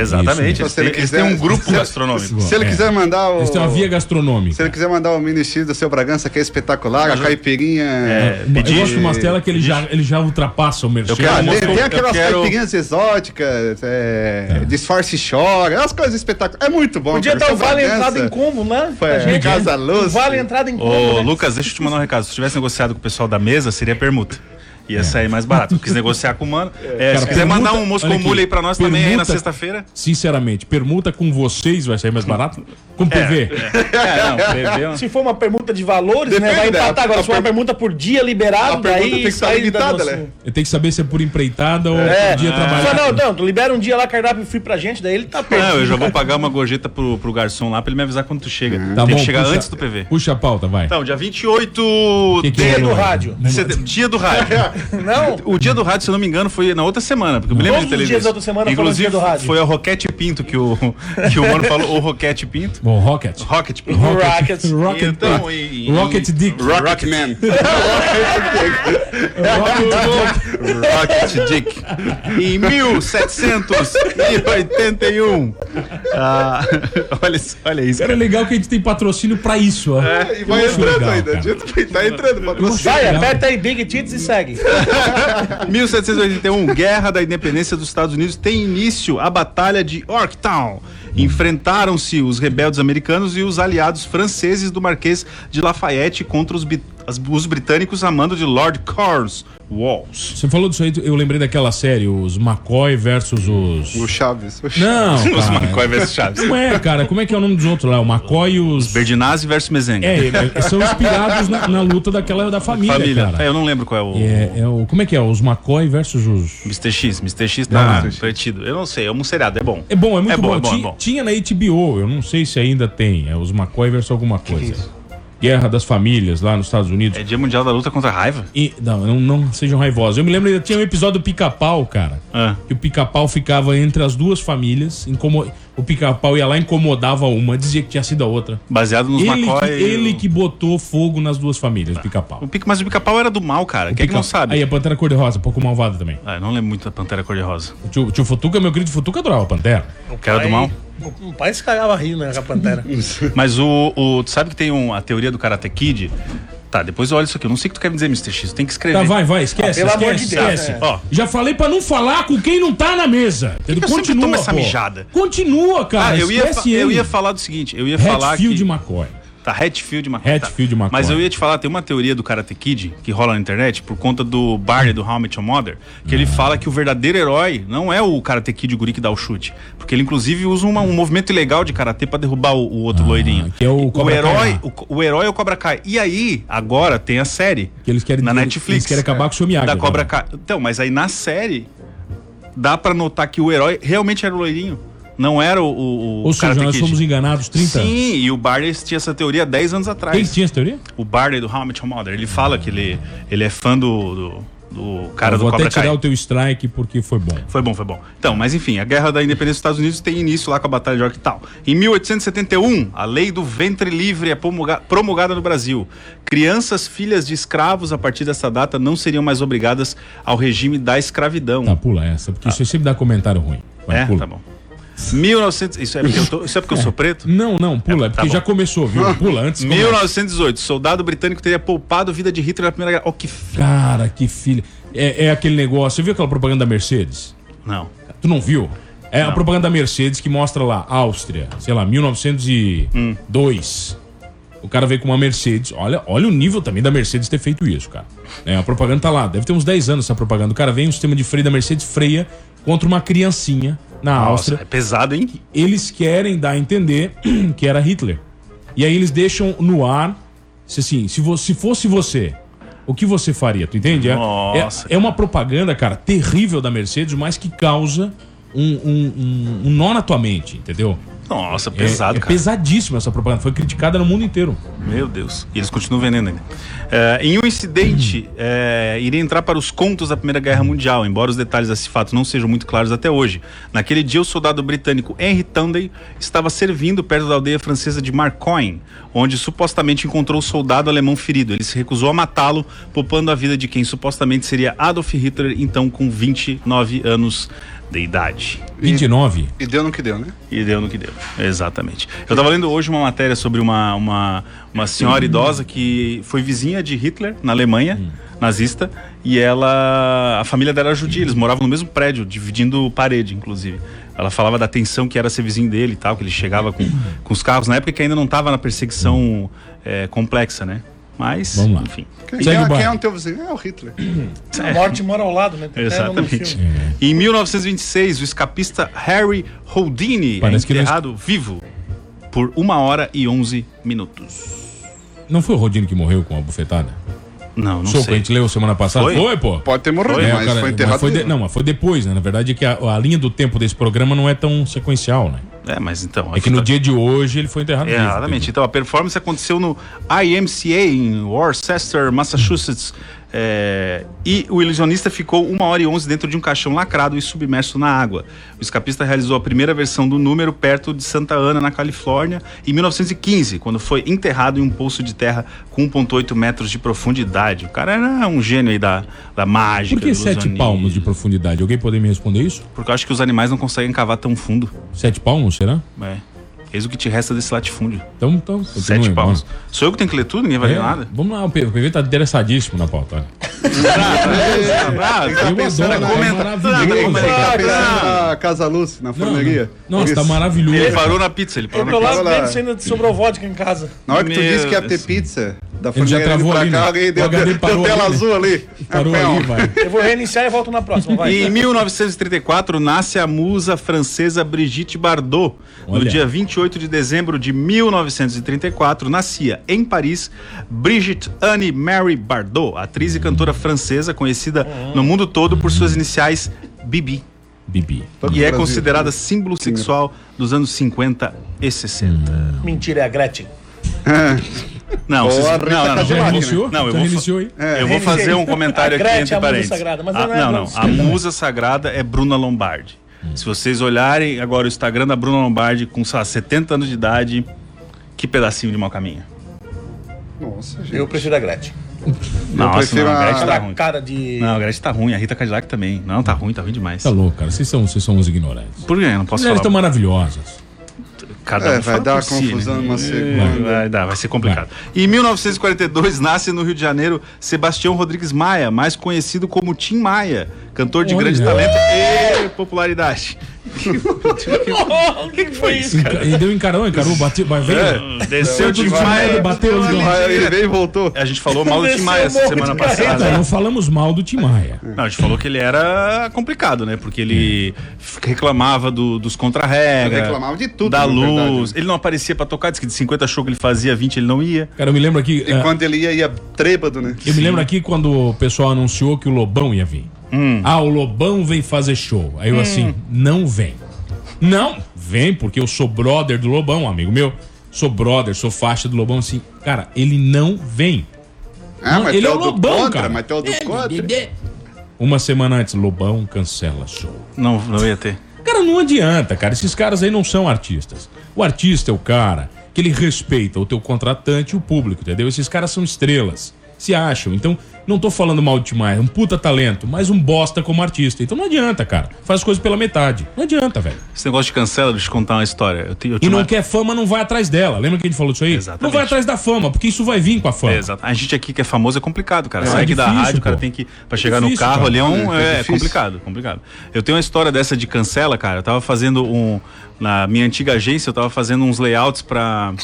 [SPEAKER 7] isso,
[SPEAKER 8] Exatamente. Eles, têm, eles têm um grupo gastronômico.
[SPEAKER 3] Se ele
[SPEAKER 7] É.
[SPEAKER 3] quiser mandar o.
[SPEAKER 7] Eles têm uma via gastronômica.
[SPEAKER 3] Se ele quiser mandar o mini X do seu Bragança, que é espetacular, a caipirinha.
[SPEAKER 8] É,
[SPEAKER 7] Eu
[SPEAKER 8] pedir-
[SPEAKER 7] gosto do Mastela que ele já, ele já ultrapassa o merchan.
[SPEAKER 3] Ah, tem, tem
[SPEAKER 8] eu
[SPEAKER 3] aquelas
[SPEAKER 8] quero-
[SPEAKER 3] caipirinhas exóticas, é, disfarce e chora, as coisas espetaculares. É muito bom.
[SPEAKER 9] Podia
[SPEAKER 3] cara.
[SPEAKER 9] dar o
[SPEAKER 3] Seu
[SPEAKER 9] vale
[SPEAKER 3] Bragança,
[SPEAKER 9] entrada em combo, né?
[SPEAKER 3] Foi, é.
[SPEAKER 9] Pra gente,
[SPEAKER 3] Casa
[SPEAKER 9] né?
[SPEAKER 3] Luz.
[SPEAKER 9] Vale entrada em combo.
[SPEAKER 8] Ô,
[SPEAKER 9] né?
[SPEAKER 8] Lucas, deixa eu te mandar um recado. Se tivesse negociado com o pessoal da mesa, seria permuta.
[SPEAKER 3] É.
[SPEAKER 8] Ia sair mais barato. Quis negociar com o mano. É,
[SPEAKER 7] Cara,
[SPEAKER 8] se quiser
[SPEAKER 7] permuta-
[SPEAKER 8] mandar um mosco
[SPEAKER 7] olha aqui,
[SPEAKER 8] mule aí pra nós também aí na
[SPEAKER 7] permuta-
[SPEAKER 8] sexta-feira.
[SPEAKER 7] Sinceramente, permuta com vocês vai sair mais barato? Com PV?
[SPEAKER 8] É, não, bebeu.
[SPEAKER 9] Se for uma permuta de valores, né?
[SPEAKER 3] Depende
[SPEAKER 9] Vai
[SPEAKER 3] dela.
[SPEAKER 9] empatar agora.
[SPEAKER 3] A
[SPEAKER 9] Se for uma
[SPEAKER 3] per-
[SPEAKER 9] permuta por dia liberado,
[SPEAKER 3] A pergunta
[SPEAKER 9] daí
[SPEAKER 3] tem que estar
[SPEAKER 9] sai da
[SPEAKER 3] limitada,
[SPEAKER 9] nossa-
[SPEAKER 3] né?
[SPEAKER 7] Eu tenho que saber se é por empreitada ou
[SPEAKER 9] É,
[SPEAKER 7] por dia
[SPEAKER 9] Só não,
[SPEAKER 7] trabalhado.
[SPEAKER 9] não, tu libera um dia lá cardápio free pra gente, daí ele tá perdido.
[SPEAKER 8] Não, eu já vou pagar uma gorjeta pro, pro garçom lá pra ele me avisar quando tu
[SPEAKER 3] Ah.
[SPEAKER 8] chega.
[SPEAKER 7] Tá
[SPEAKER 8] Tem
[SPEAKER 7] bom,
[SPEAKER 8] que chegar
[SPEAKER 7] puxa-
[SPEAKER 8] antes do PV.
[SPEAKER 7] Puxa a pauta, vai.
[SPEAKER 8] Então, dia 28
[SPEAKER 7] Que que
[SPEAKER 8] de...
[SPEAKER 7] é?
[SPEAKER 9] Dia do rádio.
[SPEAKER 8] de setembro, Dia do rádio.
[SPEAKER 9] Não?
[SPEAKER 8] O dia do rádio, se eu não me engano, foi na outra semana, porque eu me lembro
[SPEAKER 9] Todos
[SPEAKER 8] de
[SPEAKER 9] os
[SPEAKER 8] televisão.
[SPEAKER 9] dias da outra semana foram dia
[SPEAKER 8] Inclusive,
[SPEAKER 9] do rádio.
[SPEAKER 8] foi o Roquete Pinto que o, que o mano falou, o Roquete Pinto.
[SPEAKER 7] Bom, Rocket.
[SPEAKER 8] Rocket Pinto.
[SPEAKER 9] Rocket.
[SPEAKER 7] Rocket,
[SPEAKER 8] Então, e- e-
[SPEAKER 7] Rocket Dick.
[SPEAKER 3] Rocketman.
[SPEAKER 7] Rocket
[SPEAKER 8] Rocket Dick. Em 1781. Ah, olha, só- olha isso,
[SPEAKER 7] Cara, é
[SPEAKER 8] cara. É,
[SPEAKER 7] legal que a gente tem patrocínio pra isso, ó.
[SPEAKER 3] E vai
[SPEAKER 7] Eu acho
[SPEAKER 3] entrando
[SPEAKER 7] legal,
[SPEAKER 3] ainda.
[SPEAKER 7] cara.
[SPEAKER 3] adianta, Tá entrando, mano.
[SPEAKER 7] acho
[SPEAKER 9] Vai,
[SPEAKER 7] legal.
[SPEAKER 9] aperta aí, Big Tits e segue.
[SPEAKER 8] 1781, Guerra da Independência dos Estados Unidos tem início a Batalha de Yorktown. Enfrentaram-se os rebeldes americanos e os aliados franceses do Marquês de Lafayette contra os, bri- as- os britânicos a mando de Lord Cornwallis.
[SPEAKER 7] Você falou disso aí, eu lembrei daquela série, os McCoy versus os.
[SPEAKER 3] O Chaves. o Chaves.
[SPEAKER 7] Não,
[SPEAKER 8] Os
[SPEAKER 7] cara.
[SPEAKER 8] McCoy versus Chaves.
[SPEAKER 7] Não é, cara. Como é que é o nome dos outros lá? O McCoy e os.
[SPEAKER 8] Berdinazzi versus Mezenga.
[SPEAKER 7] É, ele- são inspirados na, na luta daquela da família,
[SPEAKER 8] Família. É,
[SPEAKER 7] cara.
[SPEAKER 8] eu não lembro qual é o.
[SPEAKER 7] É, é o, como é que é? Os McCoy versus os.
[SPEAKER 8] Mr. X, Mr. X
[SPEAKER 7] Não,
[SPEAKER 8] tá
[SPEAKER 7] Mr. X.
[SPEAKER 8] pretido. Eu não sei, é um seriado, é bom.
[SPEAKER 7] É bom, é muito bom.
[SPEAKER 8] É bom,
[SPEAKER 7] Ti-
[SPEAKER 8] é bom.
[SPEAKER 7] Tinha na HBO, eu não sei se ainda tem. É os McCoy versus alguma coisa. Guerra das Famílias lá nos Estados Unidos.
[SPEAKER 8] É Dia Mundial da Luta contra a Raiva?
[SPEAKER 7] E- não, não, não sejam raivosos. Eu me lembro, tinha um episódio do Pica-Pau, cara.
[SPEAKER 8] Ah.
[SPEAKER 7] Que o Pica-Pau ficava entre as duas famílias. incomo- O Pica-Pau ia lá, incomodava uma, dizia que tinha sido a outra.
[SPEAKER 8] Baseado nos
[SPEAKER 7] Ele, que,
[SPEAKER 8] Macoy. e
[SPEAKER 7] ele
[SPEAKER 8] o-
[SPEAKER 7] que botou fogo nas duas famílias, o Pica-Pau.
[SPEAKER 8] O pica, mas o pica-pau era do mal, cara. Quem é que
[SPEAKER 7] Pica-
[SPEAKER 8] não sabe?
[SPEAKER 7] Aí, a Pantera Cor-de-Rosa, pouco malvada também.
[SPEAKER 8] Ah, eu não lembro muito da Pantera Cor-de-Rosa.
[SPEAKER 7] O tio, o tio Futuca, meu querido Futuca, adorava a Pantera.
[SPEAKER 8] O cara do mal.
[SPEAKER 9] O pai se cagava rindo, né, com a Pantera.
[SPEAKER 8] Mas o, o- Tu sabe que tem um, a teoria do Karate Kid? Tá, depois olha isso aqui. Eu não sei o que tu quer me dizer, Mr. X. Tu tem que escrever.
[SPEAKER 7] Tá, vai, vai, esquece,
[SPEAKER 9] pelo
[SPEAKER 7] esquece,
[SPEAKER 9] amor de Deus,
[SPEAKER 7] esquece.
[SPEAKER 9] né?
[SPEAKER 7] Ó, já falei pra não falar com quem não tá na mesa. Ele
[SPEAKER 8] que eu sempre
[SPEAKER 7] continua,
[SPEAKER 8] tomo essa
[SPEAKER 7] pô.
[SPEAKER 8] mijada?
[SPEAKER 7] Continua, cara,
[SPEAKER 8] Ah, eu ia, fa-
[SPEAKER 7] esquece
[SPEAKER 8] eu
[SPEAKER 7] ele.
[SPEAKER 8] ia falar do seguinte. Eu ia falar que...
[SPEAKER 7] Hatfield e McCoy.
[SPEAKER 8] Tá, Hatfield McCoy.
[SPEAKER 7] Hatfield
[SPEAKER 8] tá.
[SPEAKER 7] McCoy.
[SPEAKER 8] Mas eu ia te falar, tem uma teoria do Karate Kid que rola na internet por conta do Barney do How I Met Your Mother, que ele fala que o verdadeiro herói não é o Karate Kid guri que dá o chute. Porque ele, inclusive, usa uma- um movimento ilegal de karatê pra derrubar o, o outro loirinho.
[SPEAKER 7] que é o Cobra
[SPEAKER 8] herói,
[SPEAKER 7] Kai.
[SPEAKER 8] o, co- o herói é o Cobra Kai. E aí, agora tem a série.
[SPEAKER 7] Que eles querem-
[SPEAKER 8] na
[SPEAKER 7] eles-
[SPEAKER 8] Netflix.
[SPEAKER 7] eles querem acabar com o seu Miyagi
[SPEAKER 8] Da Cobra
[SPEAKER 7] agora.
[SPEAKER 8] Kai. Então, mas aí na série dá pra notar que o herói realmente era o loirinho. Não era o, o, o
[SPEAKER 7] Ou seja,
[SPEAKER 8] Karate
[SPEAKER 7] nós
[SPEAKER 8] Kid.
[SPEAKER 7] fomos enganados 30 anos.
[SPEAKER 8] Sim, e o Barney tinha essa teoria 10 anos atrás.
[SPEAKER 7] Quem tinha essa teoria?
[SPEAKER 8] O Barney do How I Met Your Mother. Ele fala que ele, ele é fã do, do, do cara
[SPEAKER 7] Eu
[SPEAKER 8] do
[SPEAKER 7] vou até
[SPEAKER 8] Cobra
[SPEAKER 7] tirar
[SPEAKER 8] Kai.
[SPEAKER 7] o teu strike porque foi bom.
[SPEAKER 8] Foi bom, foi bom. Então, mas enfim, a Guerra da Independência dos Estados Unidos tem início lá com a Batalha de Yorktown. Em 1871, a Lei do Ventre Livre é promulga- promulgada no Brasil. Crianças filhas de escravos, a partir dessa data, não seriam mais obrigadas ao regime da escravidão.
[SPEAKER 7] Tá, pula essa, porque você sempre dá comentário ruim. Vai,
[SPEAKER 8] é,
[SPEAKER 7] pula.
[SPEAKER 8] tá bom. 1900... Isso é porque eu, tô... Isso é porque eu sou preto?
[SPEAKER 7] Não, não, pula,
[SPEAKER 8] É, tá
[SPEAKER 7] porque já
[SPEAKER 8] bom.
[SPEAKER 7] começou, viu? Pula antes. começa.
[SPEAKER 8] 1918, soldado britânico teria poupado a vida de Hitler na primeira guerra. Oh, que. F...
[SPEAKER 7] Cara, que filho. É, é aquele negócio. Você viu aquela propaganda da Mercedes?
[SPEAKER 8] Não.
[SPEAKER 7] Tu não viu? É a propaganda da Mercedes que mostra lá, Áustria, sei lá, 1902. O cara veio com uma Mercedes. Olha, olha o nível também da Mercedes ter feito isso, cara. É, a propaganda tá lá. Deve ter uns 10 anos essa propaganda. O cara vem, um sistema de freio da Mercedes freia contra uma criancinha na
[SPEAKER 8] Nossa,
[SPEAKER 7] Áustria.
[SPEAKER 8] é pesado, hein?
[SPEAKER 7] eles querem dar a entender que era Hitler. E aí eles deixam no ar, se assim, se, vo- se fosse você, o que você faria? Tu entende? É,
[SPEAKER 8] Nossa,
[SPEAKER 7] é, é uma propaganda, cara, terrível da Mercedes, mas que causa um, um- um- um nó na tua mente, entendeu?
[SPEAKER 8] Nossa,
[SPEAKER 7] É-
[SPEAKER 8] pesado,
[SPEAKER 7] é
[SPEAKER 8] cara.
[SPEAKER 7] pesadíssima essa propaganda. Foi criticada no mundo inteiro.
[SPEAKER 8] Meu Deus. E eles continuam vendendo ainda. É, em um incidente, é, iria entrar para os contos da Primeira Guerra Mundial, embora os detalhes desse fato não sejam muito claros até hoje. Naquele dia, o soldado britânico Henry Tunday estava servindo perto da aldeia francesa de Marcoing, onde supostamente encontrou o soldado alemão ferido. Ele se recusou a matá-lo, poupando a vida de quem supostamente seria Adolf Hitler, então com 29 anos de idade.
[SPEAKER 7] 29.
[SPEAKER 3] E deu no que deu, né?
[SPEAKER 8] E deu no que deu. Exatamente. Eu tava lendo hoje uma matéria sobre uma, uma, uma senhora idosa que foi vizinha de Hitler na Alemanha,
[SPEAKER 7] Hum.
[SPEAKER 8] nazista, e ela. A família dela era judia, eles moravam no mesmo prédio, dividindo parede, inclusive. Ela falava da tensão que era ser vizinho dele e tal, que ele chegava com, com os carros, na época que ainda não tava na perseguição é, complexa, né? Mas,
[SPEAKER 7] Vamos lá.
[SPEAKER 8] enfim. É.
[SPEAKER 3] Quem,
[SPEAKER 7] Segue
[SPEAKER 3] é,
[SPEAKER 7] o
[SPEAKER 3] quem
[SPEAKER 7] baile.
[SPEAKER 3] é o teu vizinho? É o Hitler.
[SPEAKER 9] A morte mora ao lado,
[SPEAKER 7] É,
[SPEAKER 9] né? Tem até nome no
[SPEAKER 8] Exatamente.
[SPEAKER 9] filme.
[SPEAKER 8] Em 1926, o escapista Harry Houdini
[SPEAKER 7] Parece que
[SPEAKER 8] é
[SPEAKER 7] não-
[SPEAKER 8] enterrado vivo por 1 hora e 11 minutos.
[SPEAKER 7] Não foi o Rodino que morreu com a bufetada?
[SPEAKER 8] Não, não
[SPEAKER 7] Soco, a
[SPEAKER 8] sei.
[SPEAKER 7] gente leu semana passada.
[SPEAKER 8] Foi?
[SPEAKER 7] pô.
[SPEAKER 3] Pode ter morrido,
[SPEAKER 8] Foi,
[SPEAKER 7] É,
[SPEAKER 3] mas
[SPEAKER 7] o cara-
[SPEAKER 3] foi enterrado.
[SPEAKER 7] foi de-
[SPEAKER 3] vivo.
[SPEAKER 7] Não, mas foi depois, né? Na verdade é que a, a linha do tempo desse programa não é tão sequencial, né?
[SPEAKER 8] É, mas então...
[SPEAKER 7] É que no dia de hoje ele foi enterrado
[SPEAKER 8] É,
[SPEAKER 7] vivo,
[SPEAKER 8] Exatamente. Então, a performance aconteceu no IMCA, em Worcester, Massachusetts. É, e o ilusionista ficou 1 hora e 11 dentro de um caixão lacrado e submerso na água. O escapista realizou a primeira versão do número perto de Santa Ana, na Califórnia, em 1915, quando foi enterrado em um poço de terra com 1,8 metros de profundidade. O cara era um gênio aí da, da mágica.
[SPEAKER 7] Por que
[SPEAKER 8] do
[SPEAKER 7] sete
[SPEAKER 8] ilusionismo.
[SPEAKER 7] palmos de profundidade? Alguém poderia me responder isso?
[SPEAKER 8] Porque eu acho que os animais não conseguem cavar tão fundo.
[SPEAKER 7] Sete palmos, será?
[SPEAKER 8] É. Eis o que te resta desse latifúndio.
[SPEAKER 7] Então, então.
[SPEAKER 8] Sete
[SPEAKER 7] continue, vamos.
[SPEAKER 8] palmos. é tipo Sou eu que tenho que ler tudo? Ninguém vai
[SPEAKER 7] É,
[SPEAKER 8] ler nada?
[SPEAKER 7] Vamos lá, o P- o PV tá interessadíssimo na pauta. olha.
[SPEAKER 8] Ah,
[SPEAKER 7] Eu
[SPEAKER 3] pensando
[SPEAKER 7] adoro,
[SPEAKER 3] na
[SPEAKER 7] é
[SPEAKER 8] comenta-
[SPEAKER 7] maravilhoso.
[SPEAKER 8] comenta-
[SPEAKER 3] Tá pensando
[SPEAKER 8] Ah.
[SPEAKER 3] na Casa Luz, na
[SPEAKER 7] Não,
[SPEAKER 3] forneria?
[SPEAKER 7] Nossa,
[SPEAKER 3] Isso.
[SPEAKER 7] tá maravilhoso.
[SPEAKER 8] Ele parou na pizza, ele parou
[SPEAKER 9] Pro
[SPEAKER 8] na pizza.
[SPEAKER 9] lado
[SPEAKER 3] Olha lá.
[SPEAKER 9] dele, você ainda sobrou vodka em casa.
[SPEAKER 3] Na hora que tu
[SPEAKER 8] Meu
[SPEAKER 3] disse que ia ter
[SPEAKER 8] Deus.
[SPEAKER 3] pizza, da
[SPEAKER 7] Ele já
[SPEAKER 3] forneria ali
[SPEAKER 7] travou
[SPEAKER 3] pra
[SPEAKER 7] ali, né?
[SPEAKER 3] cá, alguém
[SPEAKER 7] O
[SPEAKER 3] deu,
[SPEAKER 7] HD
[SPEAKER 3] deu
[SPEAKER 7] parou
[SPEAKER 3] tela
[SPEAKER 7] ali, né?
[SPEAKER 3] azul ali. É,
[SPEAKER 7] Parou
[SPEAKER 3] Rapel.
[SPEAKER 7] ali, vai.
[SPEAKER 9] Eu vou reiniciar e volto na próxima, vai.
[SPEAKER 8] E em 1934 nasce a musa francesa Brigitte Bardot. No
[SPEAKER 7] Olha.
[SPEAKER 8] dia 28 de dezembro de 1934 nascia em Paris Brigitte Anne Marie Bardot, atriz e cantora francesa conhecida no mundo todo por suas iniciais Bibi.
[SPEAKER 7] Bibi.
[SPEAKER 3] Todo
[SPEAKER 8] E é
[SPEAKER 3] Brasil.
[SPEAKER 8] considerada símbolo sexual dos anos 50 e 60.
[SPEAKER 9] Mentira, é a Gretchen.
[SPEAKER 8] Não,
[SPEAKER 3] Ou
[SPEAKER 8] vocês-
[SPEAKER 3] a
[SPEAKER 8] não,
[SPEAKER 3] Rita
[SPEAKER 8] não, não.
[SPEAKER 3] Cadillac.
[SPEAKER 7] Já
[SPEAKER 3] Chocolate,
[SPEAKER 7] reiniciou?
[SPEAKER 8] Não, eu
[SPEAKER 7] Já
[SPEAKER 8] vou fa-
[SPEAKER 7] reiniciou aí?
[SPEAKER 8] Eu vou fazer um comentário
[SPEAKER 9] A
[SPEAKER 8] aqui
[SPEAKER 9] Gretchen é
[SPEAKER 8] entre
[SPEAKER 9] a musa
[SPEAKER 8] parênteses.
[SPEAKER 9] sagrada, mas
[SPEAKER 8] Ah,
[SPEAKER 9] ela é
[SPEAKER 8] não, não.
[SPEAKER 9] musa
[SPEAKER 8] A musa sagrada é Bruna Lombardi. Se vocês olharem agora o Instagram da Bruna Lombardi com sei lá, 70 anos de idade, que pedacinho de mau caminho.
[SPEAKER 3] Nossa, gente.
[SPEAKER 9] Eu prefiro a Gretchen.
[SPEAKER 8] Nossa,
[SPEAKER 3] prefiro
[SPEAKER 8] não, a
[SPEAKER 3] a-
[SPEAKER 8] Gretchen tá
[SPEAKER 9] Aquela
[SPEAKER 8] ruim.
[SPEAKER 9] cara de.
[SPEAKER 8] Não, a Gretchen tá ruim, a Rita Cadillac também. Não, tá ruim, tá ruim demais.
[SPEAKER 7] Tá louco, cara. Vocês são, vocês são uns ignorantes.
[SPEAKER 8] Por quê? Eu não
[SPEAKER 7] As
[SPEAKER 8] posso
[SPEAKER 7] mulheres estão
[SPEAKER 8] falar.
[SPEAKER 7] maravilhosas.
[SPEAKER 8] Cada
[SPEAKER 3] É,
[SPEAKER 8] um
[SPEAKER 3] vai
[SPEAKER 8] fala
[SPEAKER 3] dar
[SPEAKER 8] por si, né?
[SPEAKER 3] confusão
[SPEAKER 7] É.
[SPEAKER 3] numa
[SPEAKER 8] Vai,
[SPEAKER 3] segunda.
[SPEAKER 8] vai dar, vai ser complicado. Em 1942, nasce no Rio de Janeiro Sebastião Rodrigues Maia, mais conhecido como Tim Maia, cantor de
[SPEAKER 7] Olha.
[SPEAKER 8] grande talento. Ei, e popularidade.
[SPEAKER 9] O que, que foi isso, cara?
[SPEAKER 7] Ele deu encarão, encarou, bateu, bateu.
[SPEAKER 8] É, desceu
[SPEAKER 7] Saiu
[SPEAKER 8] de
[SPEAKER 7] tudo desmaiado, bateu.
[SPEAKER 3] Tim Maia, Ele veio e voltou.
[SPEAKER 8] A gente falou mal do Tim
[SPEAKER 9] Desceu
[SPEAKER 8] Maia essa
[SPEAKER 9] muito,
[SPEAKER 8] semana
[SPEAKER 9] cara.
[SPEAKER 7] Então, Não,
[SPEAKER 8] passada.
[SPEAKER 7] não falamos mal do Tim Maia.
[SPEAKER 8] Não, a gente falou que ele era complicado, né? Porque ele f- reclamava do- dos
[SPEAKER 3] Ele
[SPEAKER 8] contra-regra.
[SPEAKER 3] reclamava de tudo, na
[SPEAKER 8] Da
[SPEAKER 3] verdade.
[SPEAKER 8] luz. Ele não aparecia pra tocar, disse que de 50 shows que ele fazia, 20 ele não ia.
[SPEAKER 7] Cara, eu me lembro aqui.
[SPEAKER 3] E
[SPEAKER 7] ah,
[SPEAKER 3] quando ele ia, ia trêbado, né?
[SPEAKER 7] Eu me lembro aqui quando o pessoal anunciou que o Lobão ia vir. Ah, o Lobão vem fazer show. Aí eu assim, não vem. Não, vem, porque eu sou brother do Lobão, um amigo meu. Sou brother, sou faixa do Lobão, assim. Cara, ele não vem.
[SPEAKER 3] Ah, mas
[SPEAKER 7] ele
[SPEAKER 3] tem
[SPEAKER 7] é o Lobão,
[SPEAKER 3] do contra,
[SPEAKER 7] cara. É,
[SPEAKER 3] mas tem o do contra.
[SPEAKER 7] Uma semana antes, Lobão cancela show.
[SPEAKER 8] Não, não ia ter.
[SPEAKER 7] Cara, não adianta, cara. Esses caras aí não são artistas. O artista é o cara que ele respeita o teu contratante e o público, entendeu? Esses caras são estrelas, se acham. Então, não tô falando mal de Tim Maia, é um puta talento, mas um bosta como artista. Então não adianta, cara. Faz coisa pela metade. Não adianta, velho.
[SPEAKER 8] Esse negócio de cancela, deixa eu te contar uma história. Eu, te, eu
[SPEAKER 7] E
[SPEAKER 8] tinha
[SPEAKER 7] não
[SPEAKER 8] uma-
[SPEAKER 7] quer fama, não vai atrás dela. Lembra que a gente falou disso aí?
[SPEAKER 8] é- Exatamente.
[SPEAKER 7] Não vai atrás da fama, porque isso vai vir com a fama.
[SPEAKER 8] Exato. A gente aqui que é famoso é complicado, cara.
[SPEAKER 7] É,
[SPEAKER 8] Sai
[SPEAKER 7] é
[SPEAKER 8] aqui da
[SPEAKER 7] difícil,
[SPEAKER 8] rádio, o cara
[SPEAKER 7] pô.
[SPEAKER 8] tem que. Pra chegar no
[SPEAKER 7] difícil,
[SPEAKER 8] carro
[SPEAKER 7] cara.
[SPEAKER 8] ali é, um,
[SPEAKER 3] É, é
[SPEAKER 8] é,
[SPEAKER 3] difícil.
[SPEAKER 8] complicado, complicado. Eu tenho uma história dessa de cancela, cara. Eu tava fazendo um. Na minha antiga agência, eu tava fazendo uns layouts pra.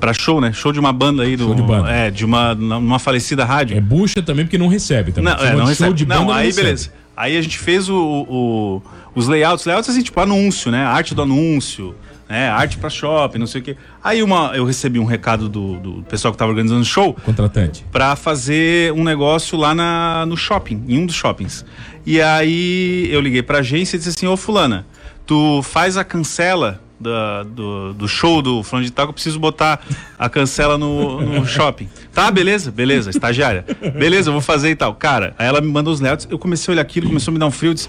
[SPEAKER 8] Pra show, né? Show de uma banda aí do.
[SPEAKER 7] Show de banda.
[SPEAKER 8] É, de uma. Numa falecida rádio.
[SPEAKER 7] É bucha também, porque não recebe também.
[SPEAKER 8] Não,
[SPEAKER 7] Você
[SPEAKER 8] é,
[SPEAKER 7] manda
[SPEAKER 8] não
[SPEAKER 7] show
[SPEAKER 8] recebe.
[SPEAKER 7] de banda,
[SPEAKER 8] não, aí
[SPEAKER 7] recebe.
[SPEAKER 8] beleza. Aí a gente fez o, o- os layouts, layouts assim, tipo anúncio, né? Arte do anúncio, né? Arte pra shopping, não sei o quê. Aí uma, eu recebi um recado do, do pessoal que tava organizando o show
[SPEAKER 7] Contratante.
[SPEAKER 8] pra fazer um negócio lá na, no shopping, em um dos shoppings. E aí eu liguei pra agência e disse assim, ô fulana, tu faz a cancela da- do, do show do fulano de tal que eu preciso botar a cancela no, no shopping. Tá, beleza? Beleza, estagiária. Beleza, eu vou fazer e tal. Cara, aí ela me mandou os layouts, eu comecei a olhar aquilo, começou a me dar um frio, eu disse...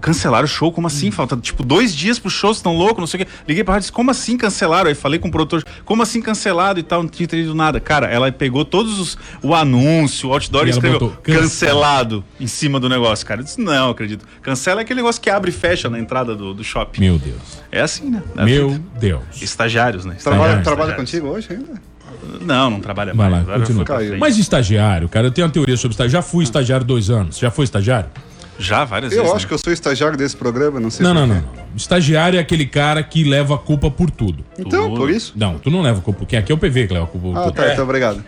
[SPEAKER 8] Cancelaram o show? Como assim?
[SPEAKER 7] Hum.
[SPEAKER 8] Falta tipo dois dias pro show, vocês tão louco, não sei o quê. Liguei pra rádio e disse, como assim cancelaram? Aí falei com o produtor, como assim cancelado e tal, não tinha entendido nada. Cara, ela pegou todos os. o anúncio, o outdoor
[SPEAKER 7] E
[SPEAKER 8] e
[SPEAKER 7] ela
[SPEAKER 8] escreveu
[SPEAKER 7] botou, "Cancela."
[SPEAKER 8] cancelado em cima do negócio, cara. Eu disse, não, acredito. Cancela é aquele negócio que abre e fecha na entrada do, do shopping.
[SPEAKER 7] Meu Deus.
[SPEAKER 8] É assim, né? Na
[SPEAKER 7] Meu
[SPEAKER 8] vida.
[SPEAKER 7] Deus.
[SPEAKER 8] Estagiários, né?
[SPEAKER 3] Trabalha,
[SPEAKER 8] Estagiários,
[SPEAKER 3] trabalha
[SPEAKER 8] estagiários.
[SPEAKER 3] contigo hoje ainda?
[SPEAKER 8] Não, não trabalha
[SPEAKER 7] Vai lá,
[SPEAKER 8] Agora
[SPEAKER 7] continua.
[SPEAKER 8] foi pra frente.
[SPEAKER 7] Mas estagiário, cara, eu tenho uma teoria sobre estagiário. Já
[SPEAKER 8] Hum.
[SPEAKER 7] fui estagiário dois anos. Já foi estagiário?
[SPEAKER 8] Já várias
[SPEAKER 3] Eu
[SPEAKER 8] vezes. né?
[SPEAKER 3] acho que eu sou estagiário desse programa, não sei
[SPEAKER 7] Não, não,
[SPEAKER 3] porquê.
[SPEAKER 7] não, não. Estagiário é aquele cara que leva a culpa por tudo.
[SPEAKER 3] Então, por isso?
[SPEAKER 7] Não, é. tu é. não leva a culpa. Quem aqui é o PV que leva a culpa por
[SPEAKER 3] Ah,
[SPEAKER 7] tudo.
[SPEAKER 3] tá, então obrigado.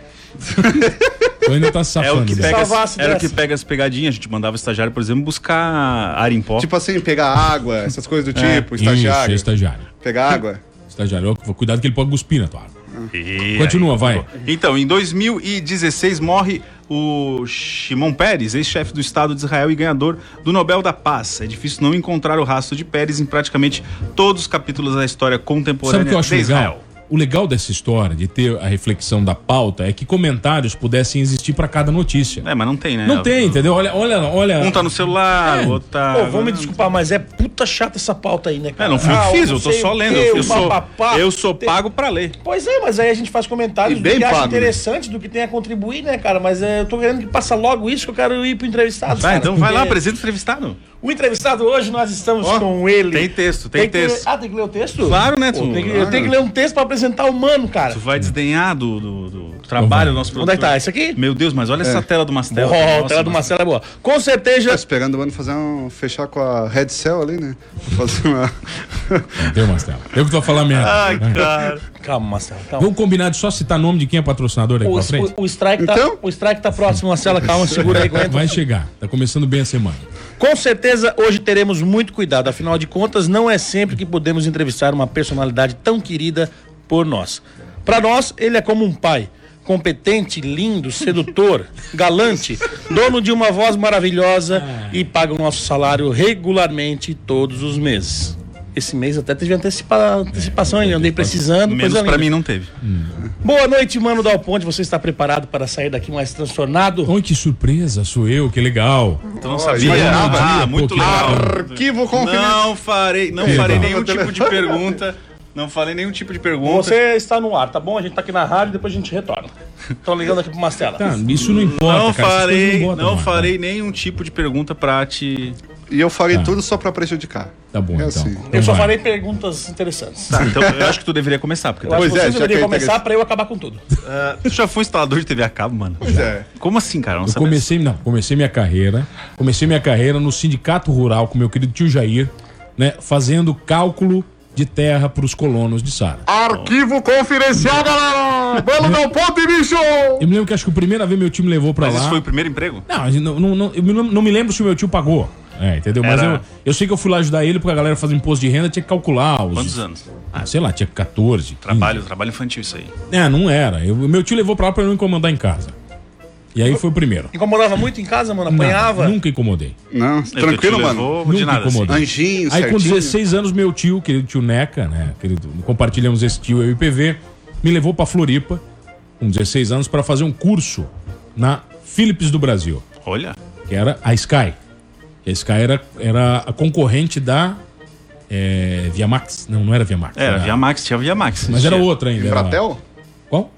[SPEAKER 7] Tu ainda tá se
[SPEAKER 8] É
[SPEAKER 7] safando.
[SPEAKER 8] o que
[SPEAKER 7] né?
[SPEAKER 8] pega,
[SPEAKER 9] Salvasse
[SPEAKER 8] era o que
[SPEAKER 9] dessa.
[SPEAKER 8] pega as pegadinhas. A gente mandava o estagiário, por exemplo, buscar ar em pó.
[SPEAKER 3] Tipo assim, pegar água, essas coisas do tipo,
[SPEAKER 7] Isso, é
[SPEAKER 3] estagiário.
[SPEAKER 7] estagiário.
[SPEAKER 3] Pegar água.
[SPEAKER 7] Estagiário, ó, cuidado que ele pode cuspir na tua água.
[SPEAKER 8] E
[SPEAKER 7] Continua,
[SPEAKER 8] aí,
[SPEAKER 7] vai.
[SPEAKER 8] ficou. Então, em 2016 morre o Shimon Peres, ex-chefe do Estado de Israel e ganhador do Nobel da Paz. É difícil não encontrar o rastro de Peres em praticamente todos os capítulos da história
[SPEAKER 7] Sabe o
[SPEAKER 8] contemporânea
[SPEAKER 7] que eu acho
[SPEAKER 8] de
[SPEAKER 7] legal?
[SPEAKER 8] Israel.
[SPEAKER 7] O legal dessa história, de ter a reflexão da pauta, é que comentários pudessem existir pra cada notícia.
[SPEAKER 8] É, mas não tem, né?
[SPEAKER 7] Não tem, É. entendeu? Olha, olha, olha.
[SPEAKER 8] Um tá no celular, o outro tá.
[SPEAKER 9] Pô, vamos me desculpar, mas é puta chata essa pauta aí, né,
[SPEAKER 8] É,
[SPEAKER 9] cara?
[SPEAKER 8] não fui eu
[SPEAKER 9] Ah,
[SPEAKER 8] que fiz, eu
[SPEAKER 9] não
[SPEAKER 8] tô
[SPEAKER 9] sei
[SPEAKER 8] só
[SPEAKER 9] o
[SPEAKER 8] lendo.
[SPEAKER 9] quê,
[SPEAKER 8] Eu
[SPEAKER 9] o
[SPEAKER 8] sou,
[SPEAKER 9] papapá.
[SPEAKER 8] eu sou
[SPEAKER 9] Tem-
[SPEAKER 8] pago pra ler.
[SPEAKER 9] Pois é, mas aí a gente faz comentários
[SPEAKER 8] E bem
[SPEAKER 9] do que acha
[SPEAKER 8] pago, né?
[SPEAKER 9] interessante, do que tem a contribuir, né, cara? Mas é, eu tô querendo que passa logo isso, que eu quero ir pro entrevistado.
[SPEAKER 8] Vai,
[SPEAKER 9] cara,
[SPEAKER 8] então vai lá,
[SPEAKER 9] porque
[SPEAKER 8] apresenta o entrevistado.
[SPEAKER 9] O entrevistado hoje nós estamos
[SPEAKER 8] Ó,
[SPEAKER 9] com ele.
[SPEAKER 8] tem texto, tem
[SPEAKER 9] que ler-
[SPEAKER 8] texto.
[SPEAKER 9] Ah, tem que ler o texto?
[SPEAKER 8] Claro, né,
[SPEAKER 9] Pô,
[SPEAKER 8] tu-
[SPEAKER 9] tem que-
[SPEAKER 8] claro.
[SPEAKER 9] Eu tenho que ler um texto pra apresentar o mano, cara.
[SPEAKER 8] Tu vai desdenhar do, do- do trabalho do nosso
[SPEAKER 9] Onde é que
[SPEAKER 8] produtor.
[SPEAKER 9] tá? Isso aqui? É.
[SPEAKER 8] Meu Deus, mas olha essa tela do Mastel.
[SPEAKER 9] Ó,
[SPEAKER 8] Né, Nossa,
[SPEAKER 9] a tela do Marcelo é boa. Com
[SPEAKER 3] Tô
[SPEAKER 9] certeza.
[SPEAKER 3] esperando o ano fazer um. fechar com a Red Cell ali, né? Fazer uma.
[SPEAKER 7] Deu, Marcelo. Eu que tô falando merda.
[SPEAKER 8] Ai, cara.
[SPEAKER 7] É
[SPEAKER 9] Calma, Marcelo. Calma.
[SPEAKER 7] Vamos combinar de só citar nome de quem é patrocinador aí
[SPEAKER 9] O,
[SPEAKER 7] pra frente?
[SPEAKER 9] o- o strike tá,
[SPEAKER 3] Então?
[SPEAKER 9] o strike tá próximo, Marcelo. Calma, segura aí, aguenta.
[SPEAKER 7] Vai chegar. Tá começando bem a semana.
[SPEAKER 9] Com certeza hoje teremos muito cuidado, afinal de contas, não é sempre que podemos entrevistar uma personalidade tão querida por nós. Para nós, ele é como um pai. Competente, lindo, sedutor, galante, dono de uma voz maravilhosa
[SPEAKER 8] Ah.
[SPEAKER 9] e paga o nosso salário regularmente todos os meses. Esse mês até teve antecipa- antecipação, ainda andei precisando.
[SPEAKER 8] É, Menos
[SPEAKER 9] coisa
[SPEAKER 8] pra
[SPEAKER 9] linda.
[SPEAKER 8] mim não teve.
[SPEAKER 9] Boa noite, mano Dal Ponte. Você está preparado para sair daqui mais transtornado?
[SPEAKER 7] Oi, que surpresa, sou eu, que legal.
[SPEAKER 8] Tu não Então sabia?
[SPEAKER 7] imaginava.
[SPEAKER 8] Ah,
[SPEAKER 7] Pô,
[SPEAKER 8] muito
[SPEAKER 7] que
[SPEAKER 8] legal.
[SPEAKER 3] Arquivo confidencial.
[SPEAKER 8] Não farei, não
[SPEAKER 7] Legal.
[SPEAKER 8] farei nenhum tipo de pergunta. Não farei nenhum tipo de pergunta.
[SPEAKER 7] é
[SPEAKER 9] Você está no ar, tá bom? A gente tá aqui na rádio, depois a gente retorna. Estão ligando aqui pro Marcela.
[SPEAKER 7] Tá, isso não importa,
[SPEAKER 8] Não
[SPEAKER 7] cara. essas coisas
[SPEAKER 8] farei,
[SPEAKER 7] botam, né?
[SPEAKER 8] não
[SPEAKER 7] mano.
[SPEAKER 8] farei nenhum tipo de pergunta pra te
[SPEAKER 3] E eu farei tudo só pra prejudicar.
[SPEAKER 7] Tá bom,
[SPEAKER 3] É
[SPEAKER 7] Tá. então.
[SPEAKER 3] assim.
[SPEAKER 7] Então
[SPEAKER 9] Eu só
[SPEAKER 7] vai.
[SPEAKER 9] farei perguntas interessantes.
[SPEAKER 8] Tá, então eu acho que tu deveria começar, porque
[SPEAKER 9] Eu acho
[SPEAKER 3] Pois
[SPEAKER 9] que
[SPEAKER 3] é,
[SPEAKER 9] vocês
[SPEAKER 3] já
[SPEAKER 9] deveriam
[SPEAKER 3] que é
[SPEAKER 9] começar
[SPEAKER 3] interessante.
[SPEAKER 9] pra eu acabar com tudo.
[SPEAKER 8] ah, tu já foi instalador de TV a cabo, mano.
[SPEAKER 3] Pois é.
[SPEAKER 8] Como assim, cara? Eu não
[SPEAKER 7] Eu
[SPEAKER 8] sabia.
[SPEAKER 7] comecei, não, comecei minha carreira. Comecei minha carreira no Sindicato Rural com meu querido tio Jair, né? Fazendo cálculo de terra para os colonos de Sara.
[SPEAKER 3] Arquivo confidencial, galera! Vamos dar um ponto e bicho!
[SPEAKER 7] Eu me lembro que acho que a primeira vez meu time levou para
[SPEAKER 8] Mas
[SPEAKER 7] lá.
[SPEAKER 8] esse foi o primeiro emprego?
[SPEAKER 7] Não, a gente não, não, não, eu me lem- não me lembro se o meu tio pagou. É, entendeu? Mas
[SPEAKER 8] Era-
[SPEAKER 7] eu, eu sei que eu fui lá ajudar ele porque a galera fazia imposto de renda, tinha que calcular os.
[SPEAKER 8] Quantos anos?
[SPEAKER 7] Ah, sei lá, tinha 14. 15.
[SPEAKER 8] Trabalho, trabalho infantil isso aí.
[SPEAKER 7] É, não era. Eu, meu tio levou pra lá pra eu não incomodar em casa. E aí foi o primeiro.
[SPEAKER 9] Incomodava muito em casa, mano?
[SPEAKER 7] Não,
[SPEAKER 9] Apanhava?
[SPEAKER 7] nunca incomodei.
[SPEAKER 3] Não, tranquilo, mano.
[SPEAKER 8] Não de
[SPEAKER 7] Nunca
[SPEAKER 8] nada. Assim.
[SPEAKER 7] incomodou.
[SPEAKER 3] Anjinho,
[SPEAKER 7] Aí
[SPEAKER 3] certinho.
[SPEAKER 7] com 16 anos, meu tio, querido tio Neca, né? Querido, compartilhamos esse tio eu e o PV, me levou pra Floripa, com 16 anos, pra fazer um curso na Philips do Brasil,
[SPEAKER 8] Olha,
[SPEAKER 7] que era a Sky. Que a Sky era, era a concorrente da é, Viamax. Não, não era Viamax.
[SPEAKER 8] era Via Max, tinha Via Max.
[SPEAKER 7] Mas era
[SPEAKER 8] Tinha.
[SPEAKER 7] outra ainda. era-
[SPEAKER 3] Embratel?
[SPEAKER 7] Qual?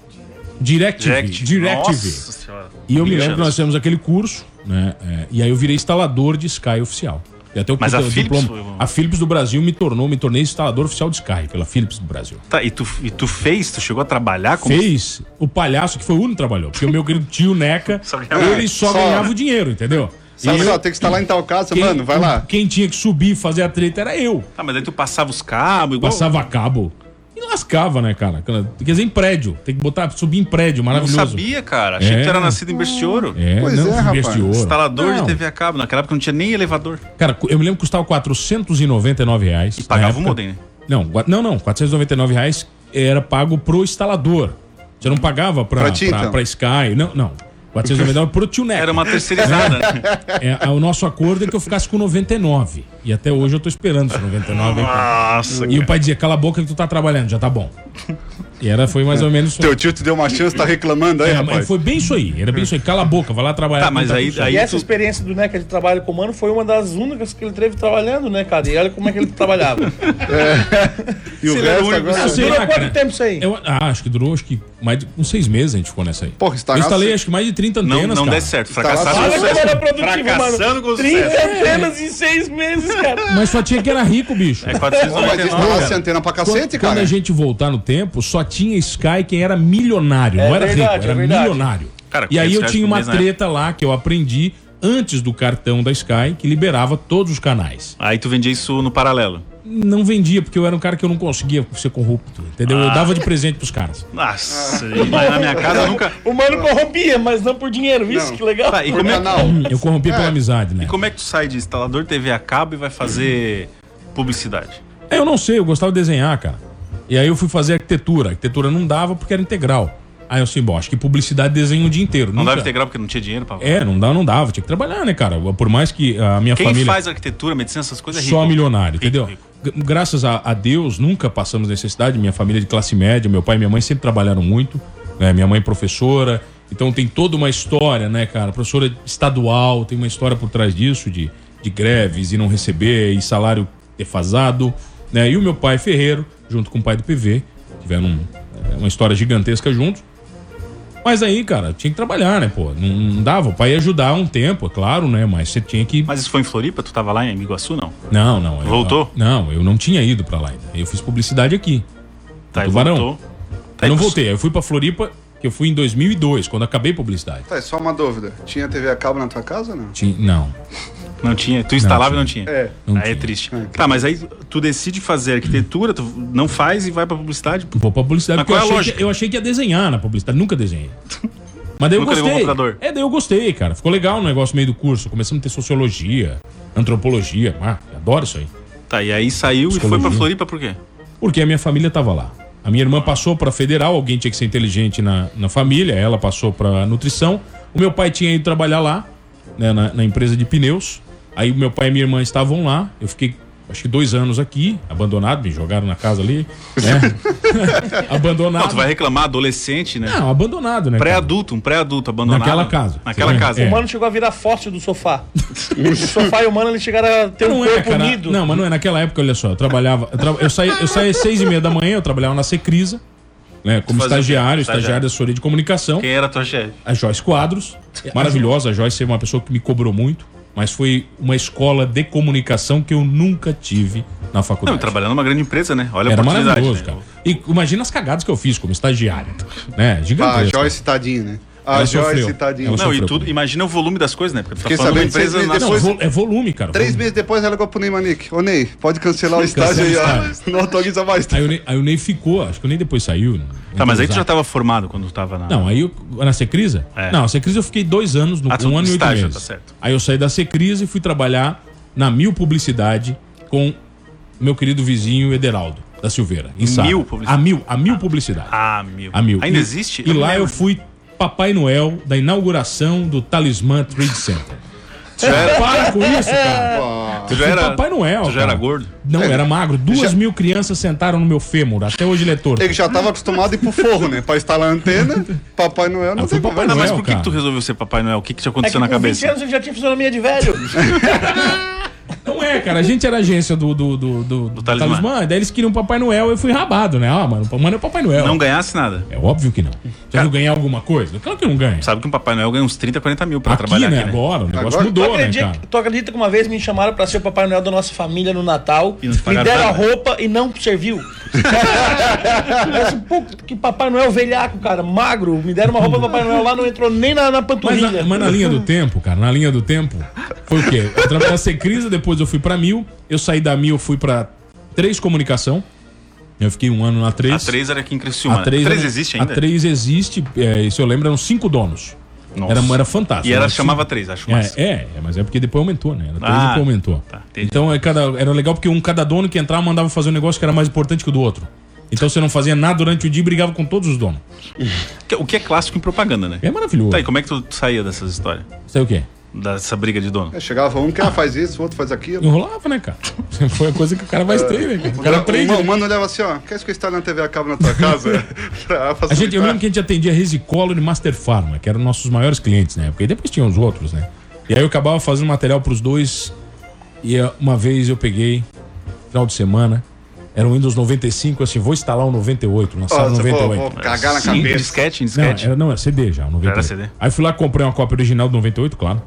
[SPEAKER 7] DirecTV.
[SPEAKER 8] Direct.
[SPEAKER 7] DirecTV.
[SPEAKER 8] Nossa senhora.
[SPEAKER 7] E eu me
[SPEAKER 8] Mil
[SPEAKER 7] lembro que nós
[SPEAKER 8] anos.
[SPEAKER 7] fizemos aquele curso, né? é, e aí eu virei instalador de Sky oficial. E até o
[SPEAKER 8] Mas
[SPEAKER 7] puta-
[SPEAKER 8] a Philips
[SPEAKER 7] diploma-
[SPEAKER 8] foi uma-
[SPEAKER 7] a Philips do Brasil me tornou, me tornei instalador oficial de Sky pela Philips do Brasil.
[SPEAKER 8] Tá, e tu, e tu fez? Tu chegou a trabalhar como...
[SPEAKER 7] Fez o palhaço que foi o único que trabalhou, porque o meu querido tio Neca,
[SPEAKER 8] Só ganhava.
[SPEAKER 7] ele só,
[SPEAKER 3] Só,
[SPEAKER 7] ganhava
[SPEAKER 3] né?
[SPEAKER 7] o dinheiro, entendeu?
[SPEAKER 3] Sabe,
[SPEAKER 7] E
[SPEAKER 3] só,
[SPEAKER 7] eu-
[SPEAKER 3] tem que instalar em tal casa,
[SPEAKER 7] quem-
[SPEAKER 3] mano, vai lá.
[SPEAKER 7] Quem tinha que subir e fazer a treta era eu.
[SPEAKER 8] Tá, mas daí tu passava os cabos igual...
[SPEAKER 7] Passava cabo. E lascava, né, cara? Quer dizer, em prédio. Tem que botar, subir em prédio,
[SPEAKER 8] Não
[SPEAKER 7] maravilhoso.
[SPEAKER 8] sabia, cara. Achei que tu era
[SPEAKER 7] É.
[SPEAKER 8] nascido em berço de ouro.
[SPEAKER 7] É,
[SPEAKER 3] Pois
[SPEAKER 7] não,
[SPEAKER 3] é, rapaz.
[SPEAKER 7] investe ouro.
[SPEAKER 8] Instalador de
[SPEAKER 7] Não,
[SPEAKER 8] TV a cabo. Naquela época não tinha nem elevador.
[SPEAKER 7] Cara, eu me lembro que custava 499 reais.
[SPEAKER 8] E pagava
[SPEAKER 7] na
[SPEAKER 8] o
[SPEAKER 7] época.
[SPEAKER 8] modem, né?
[SPEAKER 7] Não, gua- não, não. 499 reais era pago pro instalador. Você não pagava pra,
[SPEAKER 3] Pra ti,
[SPEAKER 7] pra,
[SPEAKER 3] então?
[SPEAKER 7] pra Sky. Não, não. 499 pro tio Neto.
[SPEAKER 8] Era uma terceirizada, né?
[SPEAKER 7] É, o nosso acordo é que eu ficasse com 99. E até hoje eu tô esperando esse 99. aí, cara.
[SPEAKER 8] Nossa,
[SPEAKER 7] E o pai dizia, cala a boca que tu tá trabalhando, já tá bom. E era, foi mais ou menos...
[SPEAKER 3] Teu tio te deu uma chance, tá reclamando aí,
[SPEAKER 7] É, mas
[SPEAKER 3] rapaz.
[SPEAKER 7] foi bem isso aí, era bem isso aí. Cala a boca, vai lá trabalhar.
[SPEAKER 8] Tá, mas aí- aí-
[SPEAKER 9] E essa
[SPEAKER 8] tu-
[SPEAKER 9] experiência do Neca de trabalho com o Mano foi uma das únicas que ele teve trabalhando, né, cara? E olha como é que ele trabalhava.
[SPEAKER 3] E o
[SPEAKER 8] Você era
[SPEAKER 3] resto
[SPEAKER 8] o único
[SPEAKER 3] agora...
[SPEAKER 7] Sei
[SPEAKER 9] Durou
[SPEAKER 7] lá,
[SPEAKER 9] quanto
[SPEAKER 7] cara.
[SPEAKER 9] tempo isso aí?
[SPEAKER 7] Eu, ah, acho que durou acho que mais de uns seis meses a gente ficou nessa aí.
[SPEAKER 3] Porra,
[SPEAKER 7] Eu
[SPEAKER 3] instalação-
[SPEAKER 7] instalei acho que mais de 30 antenas,
[SPEAKER 8] Não, não
[SPEAKER 7] cara.
[SPEAKER 8] der certo.
[SPEAKER 3] Olha
[SPEAKER 8] Fracassaram
[SPEAKER 9] Olha
[SPEAKER 8] com
[SPEAKER 9] como era
[SPEAKER 8] sucesso.
[SPEAKER 9] produtivo,
[SPEAKER 8] Fracassando
[SPEAKER 9] mano.
[SPEAKER 8] com
[SPEAKER 9] 30
[SPEAKER 8] sucesso.
[SPEAKER 9] antenas em seis meses, cara.
[SPEAKER 7] Mas só tinha que era rico, bicho.
[SPEAKER 8] É
[SPEAKER 3] Mas
[SPEAKER 8] 499,
[SPEAKER 3] instalasse
[SPEAKER 8] cara.
[SPEAKER 3] antena pra cacete,
[SPEAKER 7] quando, quando
[SPEAKER 3] cara.
[SPEAKER 7] a gente voltar no tempo, só tinha Sky quem era milionário.
[SPEAKER 9] É
[SPEAKER 7] não era
[SPEAKER 9] verdade, é
[SPEAKER 7] rico, era
[SPEAKER 9] verdade.
[SPEAKER 7] milionário.
[SPEAKER 8] Cara,
[SPEAKER 7] e aí
[SPEAKER 8] 500
[SPEAKER 7] eu
[SPEAKER 8] reais
[SPEAKER 7] tinha
[SPEAKER 8] por
[SPEAKER 7] uma
[SPEAKER 8] mês né? na
[SPEAKER 7] treta lá que eu aprendi antes do cartão da Sky, que liberava todos os canais.
[SPEAKER 8] Aí tu vendia isso no paralelo.
[SPEAKER 7] Não vendia, porque eu era um cara que eu não conseguia ser corrupto, entendeu?
[SPEAKER 8] Ah.
[SPEAKER 7] Eu dava de presente pros caras.
[SPEAKER 8] Nossa, e lá na minha casa nunca...
[SPEAKER 9] O Mano corrompia, mas não por dinheiro. Isso,
[SPEAKER 3] Não.
[SPEAKER 9] que legal.
[SPEAKER 8] Tá, e como é que...
[SPEAKER 3] Canal.
[SPEAKER 7] Eu corrompia pela amizade, né?
[SPEAKER 8] E como é que tu sai de instalador TV a cabo e vai fazer publicidade?
[SPEAKER 7] Eu não sei, eu gostava de desenhar, cara. E aí eu fui fazer arquitetura. Arquitetura não dava porque era integral. Aí eu assim, bom, acho que publicidade desenho o dia inteiro.
[SPEAKER 8] Não
[SPEAKER 7] Nunca-
[SPEAKER 8] dava integral porque não tinha dinheiro pra...
[SPEAKER 7] É, não dava, não dava. Tinha que trabalhar, né, cara? Por mais que a minha
[SPEAKER 8] Quem
[SPEAKER 7] família
[SPEAKER 8] faz arquitetura, medicina, essas coisas é rico.
[SPEAKER 7] só milionário,
[SPEAKER 8] Rico,
[SPEAKER 7] entendeu?
[SPEAKER 8] rico.
[SPEAKER 7] G- Graças a, a Deus, nunca passamos necessidade. Minha família é de classe média, meu pai e minha mãe sempre trabalharam muito. né? Minha mãe é professora, então tem toda uma história, né, cara? Professora estadual, tem uma história por trás disso, de, de greves e não receber, e salário defasado. Né? E o meu pai Ferreiro, junto com o pai do PV, tiveram um- é, uma história gigantesca juntos. Mas aí, cara, tinha que trabalhar, né, pô? Não, não dava. O pai ia ajudar um tempo, é claro, né? Mas você tinha que
[SPEAKER 8] Mas isso foi em Floripa? Tu tava lá em Iguaçu, não?
[SPEAKER 7] não, não. eu-
[SPEAKER 8] Voltou?
[SPEAKER 7] não, eu não tinha ido pra lá ainda. Eu fiz publicidade aqui.
[SPEAKER 8] Tá, e
[SPEAKER 7] Tubarão.
[SPEAKER 8] voltou.
[SPEAKER 7] eu
[SPEAKER 8] Tá, e
[SPEAKER 7] não
[SPEAKER 8] tu-
[SPEAKER 7] voltei. Eu fui pra Floripa, que eu fui em 2002, quando acabei publicidade.
[SPEAKER 3] Tá, é só uma dúvida. Tinha TV a cabo na tua casa ou não?
[SPEAKER 7] Tinha- não.
[SPEAKER 8] Não tinha. Tu instalava
[SPEAKER 7] Não
[SPEAKER 8] e não tinha.
[SPEAKER 3] É.
[SPEAKER 7] Não
[SPEAKER 8] aí é
[SPEAKER 7] tinha.
[SPEAKER 8] triste. Tá, mas aí tu decide fazer arquitetura, tu não faz e vai pra publicidade.
[SPEAKER 7] Vou pra publicidade
[SPEAKER 8] Mas
[SPEAKER 7] porque eu
[SPEAKER 8] qual é a
[SPEAKER 7] achei,
[SPEAKER 8] lógica?
[SPEAKER 7] que, eu achei que ia desenhar na publicidade. Nunca desenhei. Mas daí eu
[SPEAKER 8] Nunca
[SPEAKER 7] gostei.
[SPEAKER 8] levou computador?
[SPEAKER 7] É, daí eu gostei, cara. Ficou legal o negócio meio do curso. Começamos a ter sociologia, antropologia. Ah, eu adoro isso aí.
[SPEAKER 8] Tá, e aí saiu e foi
[SPEAKER 7] Psicologia.
[SPEAKER 8] pra Floripa por quê?
[SPEAKER 7] Porque a minha família estava lá. A minha irmã passou para federal, alguém tinha que ser inteligente na, na família, ela passou para nutrição. O meu pai tinha ido trabalhar lá, né, na, na empresa de pneus. Aí o meu pai e minha irmã estavam lá. Eu fiquei, acho que dois anos aqui, abandonado, me jogaram na casa ali. Né? abandonado.
[SPEAKER 8] Não, tu vai reclamar adolescente, né?
[SPEAKER 7] Não, abandonado, né? cara?
[SPEAKER 8] Pré-adulto, um pré-adulto abandonado.
[SPEAKER 7] Naquela casa.
[SPEAKER 8] Naquela
[SPEAKER 7] É.
[SPEAKER 8] casa.
[SPEAKER 7] É.
[SPEAKER 9] O Mano chegou a virar fóssil do sofá. o sofá e o Mano eles chegaram a ter um
[SPEAKER 7] Não é,
[SPEAKER 9] corpo
[SPEAKER 7] cara.
[SPEAKER 9] unido.
[SPEAKER 7] Não, mas não é. Naquela época, olha só, eu trabalhava. Eu, tra... eu saía, eu saía às seis e meia da manhã, eu trabalhava na Secrisa, né? Como
[SPEAKER 8] Fazia o quê?
[SPEAKER 7] estagiário,
[SPEAKER 8] Estagiário.
[SPEAKER 7] estagiário da assessoria de comunicação.
[SPEAKER 8] Quem era tua chefe?
[SPEAKER 7] a Joyce Quadros. Maravilhosa, a Joyce é uma pessoa que me cobrou muito. mas foi uma escola de comunicação que eu nunca tive na faculdade.
[SPEAKER 8] Não, e trabalhando numa grande empresa, né? Olha a
[SPEAKER 7] Era
[SPEAKER 8] oportunidade.
[SPEAKER 7] maravilhoso,
[SPEAKER 8] né?
[SPEAKER 7] cara. E imagina as cagadas que eu fiz como estagiário, né?
[SPEAKER 3] Ah,
[SPEAKER 7] Gigantesco.
[SPEAKER 3] Joyce Tadinho, né? Ah,
[SPEAKER 7] Ela
[SPEAKER 3] Joyce
[SPEAKER 7] sofreu.
[SPEAKER 3] Tadinho.
[SPEAKER 7] Ela
[SPEAKER 8] Não, e
[SPEAKER 7] sofreu
[SPEAKER 8] tudo,
[SPEAKER 7] comigo.
[SPEAKER 8] imagina o volume das coisas, né? Porque tu tá
[SPEAKER 3] Fiquei
[SPEAKER 8] falando de uma
[SPEAKER 3] sabendo
[SPEAKER 8] empresa
[SPEAKER 3] seis
[SPEAKER 8] na...
[SPEAKER 3] meses
[SPEAKER 7] Não,
[SPEAKER 3] depois-
[SPEAKER 7] vo- é volume, cara.
[SPEAKER 3] Três
[SPEAKER 7] volume.
[SPEAKER 3] meses depois ela ligou pro Ney Manique. Ô Ney, pode cancelar o estágio aí,
[SPEAKER 7] Cancela o
[SPEAKER 3] ó. Não autoriza mais.
[SPEAKER 7] Aí o, Ney, aí o Ney ficou, acho que o Ney depois saiu.
[SPEAKER 8] Tá, mas aí tu já
[SPEAKER 7] Exato.
[SPEAKER 8] tava formado quando tu tava na.
[SPEAKER 7] Não, aí eu, na Secrisa?
[SPEAKER 8] É.
[SPEAKER 7] Não, na Secrisa eu fiquei dois anos, no,
[SPEAKER 8] Ah, tu-
[SPEAKER 7] um ano e oito
[SPEAKER 8] estágio,
[SPEAKER 7] meses.
[SPEAKER 8] tá certo.
[SPEAKER 7] Aí eu saí da Secrisa e fui trabalhar na Mil Publicidade com meu querido vizinho Ederaldo da Silveira. Em Sara.
[SPEAKER 8] Mil Publicidade?
[SPEAKER 7] A Mil, a Mil Publicidade.
[SPEAKER 8] Ah, mil.
[SPEAKER 7] A Mil.
[SPEAKER 8] Ainda
[SPEAKER 7] E-
[SPEAKER 8] existe?
[SPEAKER 7] E
[SPEAKER 8] não
[SPEAKER 7] lá
[SPEAKER 8] lembro.
[SPEAKER 7] eu fui Papai Noel da inauguração do Talismã Trade Center. É,
[SPEAKER 8] Tu já era,
[SPEAKER 7] Para com isso, cara.
[SPEAKER 8] tu
[SPEAKER 7] Eu
[SPEAKER 8] já
[SPEAKER 7] fui
[SPEAKER 8] era,
[SPEAKER 7] Papai Noel.
[SPEAKER 8] tu já era
[SPEAKER 7] cara.
[SPEAKER 8] gordo?
[SPEAKER 7] Não, era magro. Duas mil crianças sentaram no meu fêmur. Até hoje ele é torto.
[SPEAKER 3] Ele já tava acostumado a ir pro forro, né? Pra instalar a antena, Papai Noel não
[SPEAKER 7] Ah,
[SPEAKER 3] tem
[SPEAKER 7] foi
[SPEAKER 3] problema.
[SPEAKER 8] Não, mas
[SPEAKER 7] Noel,
[SPEAKER 8] por que, que tu
[SPEAKER 7] cara.
[SPEAKER 8] resolveu ser Papai Noel? O que, que te
[SPEAKER 9] É que
[SPEAKER 8] aconteceu na
[SPEAKER 9] com 20
[SPEAKER 8] cabeça?
[SPEAKER 9] anos ele já tinha fisionomia de velho.
[SPEAKER 7] Não é, cara. A gente era agência do, do, do, do- do
[SPEAKER 8] talismã.
[SPEAKER 7] talismã. Daí eles queriam um Papai Noel. Eu fui rabado, né? Ah, mano, o mano é Papai Noel.
[SPEAKER 8] Não ganhasse nada.
[SPEAKER 7] É óbvio que não. Já viu ganhar alguma coisa? Claro que não ganha.
[SPEAKER 8] Sabe que um Papai Noel ganha uns 30, 40 mil pra
[SPEAKER 7] Aqui,
[SPEAKER 8] trabalhar
[SPEAKER 7] né,
[SPEAKER 8] aqui, né?
[SPEAKER 7] Agora, o negócio
[SPEAKER 3] Agora-
[SPEAKER 7] mudou,
[SPEAKER 9] Tu
[SPEAKER 7] né,
[SPEAKER 9] acredita,
[SPEAKER 7] cara?
[SPEAKER 9] tu acredita que uma vez me chamaram pra ser o Papai Noel da nossa família no Natal?
[SPEAKER 8] E não te
[SPEAKER 9] me
[SPEAKER 8] pagaram
[SPEAKER 9] deram a
[SPEAKER 8] nada.
[SPEAKER 9] roupa e não serviu. Eu disse, Pô, que Papai Noel velhaco, cara, magro. Me deram uma roupa do Papai Noel lá, não entrou nem na, na
[SPEAKER 7] Mas
[SPEAKER 9] panturrilha.
[SPEAKER 7] na, mas na linha do tempo, cara, na linha do tempo, foi o quê? Eu trabalhei na Secrisa, depois eu fui pra Mil, eu saí da Mil, fui pra Três Comunicação. Eu fiquei um ano na
[SPEAKER 8] A
[SPEAKER 7] Três.
[SPEAKER 8] 3 era aqui em Criciúma.
[SPEAKER 7] A
[SPEAKER 8] né?
[SPEAKER 7] três,
[SPEAKER 8] Três
[SPEAKER 7] era-
[SPEAKER 8] existe
[SPEAKER 7] A
[SPEAKER 8] ainda?
[SPEAKER 7] 3 existe, é, se eu lembro, eram cinco donos.
[SPEAKER 8] Nossa.
[SPEAKER 7] Era, era fantástico. né?
[SPEAKER 8] E ela
[SPEAKER 7] Era
[SPEAKER 8] chamava
[SPEAKER 7] cinco-
[SPEAKER 8] três, acho massa.
[SPEAKER 7] É, é, é, mas é porque depois aumentou, né? Era três
[SPEAKER 8] Ah,
[SPEAKER 7] e depois aumentou.
[SPEAKER 8] tá, entendi.
[SPEAKER 7] então é cada, era legal porque um cada dono que entrava mandava fazer um negócio que era mais importante que o do outro. Então você não fazia nada durante o dia e brigava com todos os donos.
[SPEAKER 8] Que- O que é clássico em propaganda, né?
[SPEAKER 7] É maravilhoso.
[SPEAKER 8] Tá, e como é que tu saía dessas histórias?
[SPEAKER 7] Sei o quê?
[SPEAKER 8] Dessa briga de dono?
[SPEAKER 3] É, Chegava um que ah, faz isso, o outro faz aquilo.
[SPEAKER 7] Enrolava, né, cara? Foi a coisa que o cara mais tem, né? cara? O cara aprende.
[SPEAKER 3] O, ma- o mano olhava assim, ó, quer isso que eu instale na TV a cabo na tua casa? Pra um
[SPEAKER 7] A gente, eu
[SPEAKER 3] facilitar.
[SPEAKER 7] lembro que a gente atendia Resicolor e Master Pharma, que eram nossos maiores clientes na época. E depois tinha os outros, né? E aí eu acabava fazendo material pros dois. E ah, uma vez eu peguei, final de semana, era um Windows 95, eu assim, vou instalar o 98, lançar o
[SPEAKER 3] Nossa, vou,
[SPEAKER 7] 98.
[SPEAKER 3] vou cagar na
[SPEAKER 8] Sim, em
[SPEAKER 3] cabeça.
[SPEAKER 8] disquete, em
[SPEAKER 7] Não,
[SPEAKER 8] disquete.
[SPEAKER 7] era, não, era CD já, o 98.
[SPEAKER 8] Era CD.
[SPEAKER 7] Aí fui lá comprei uma cópia original do 98, claro.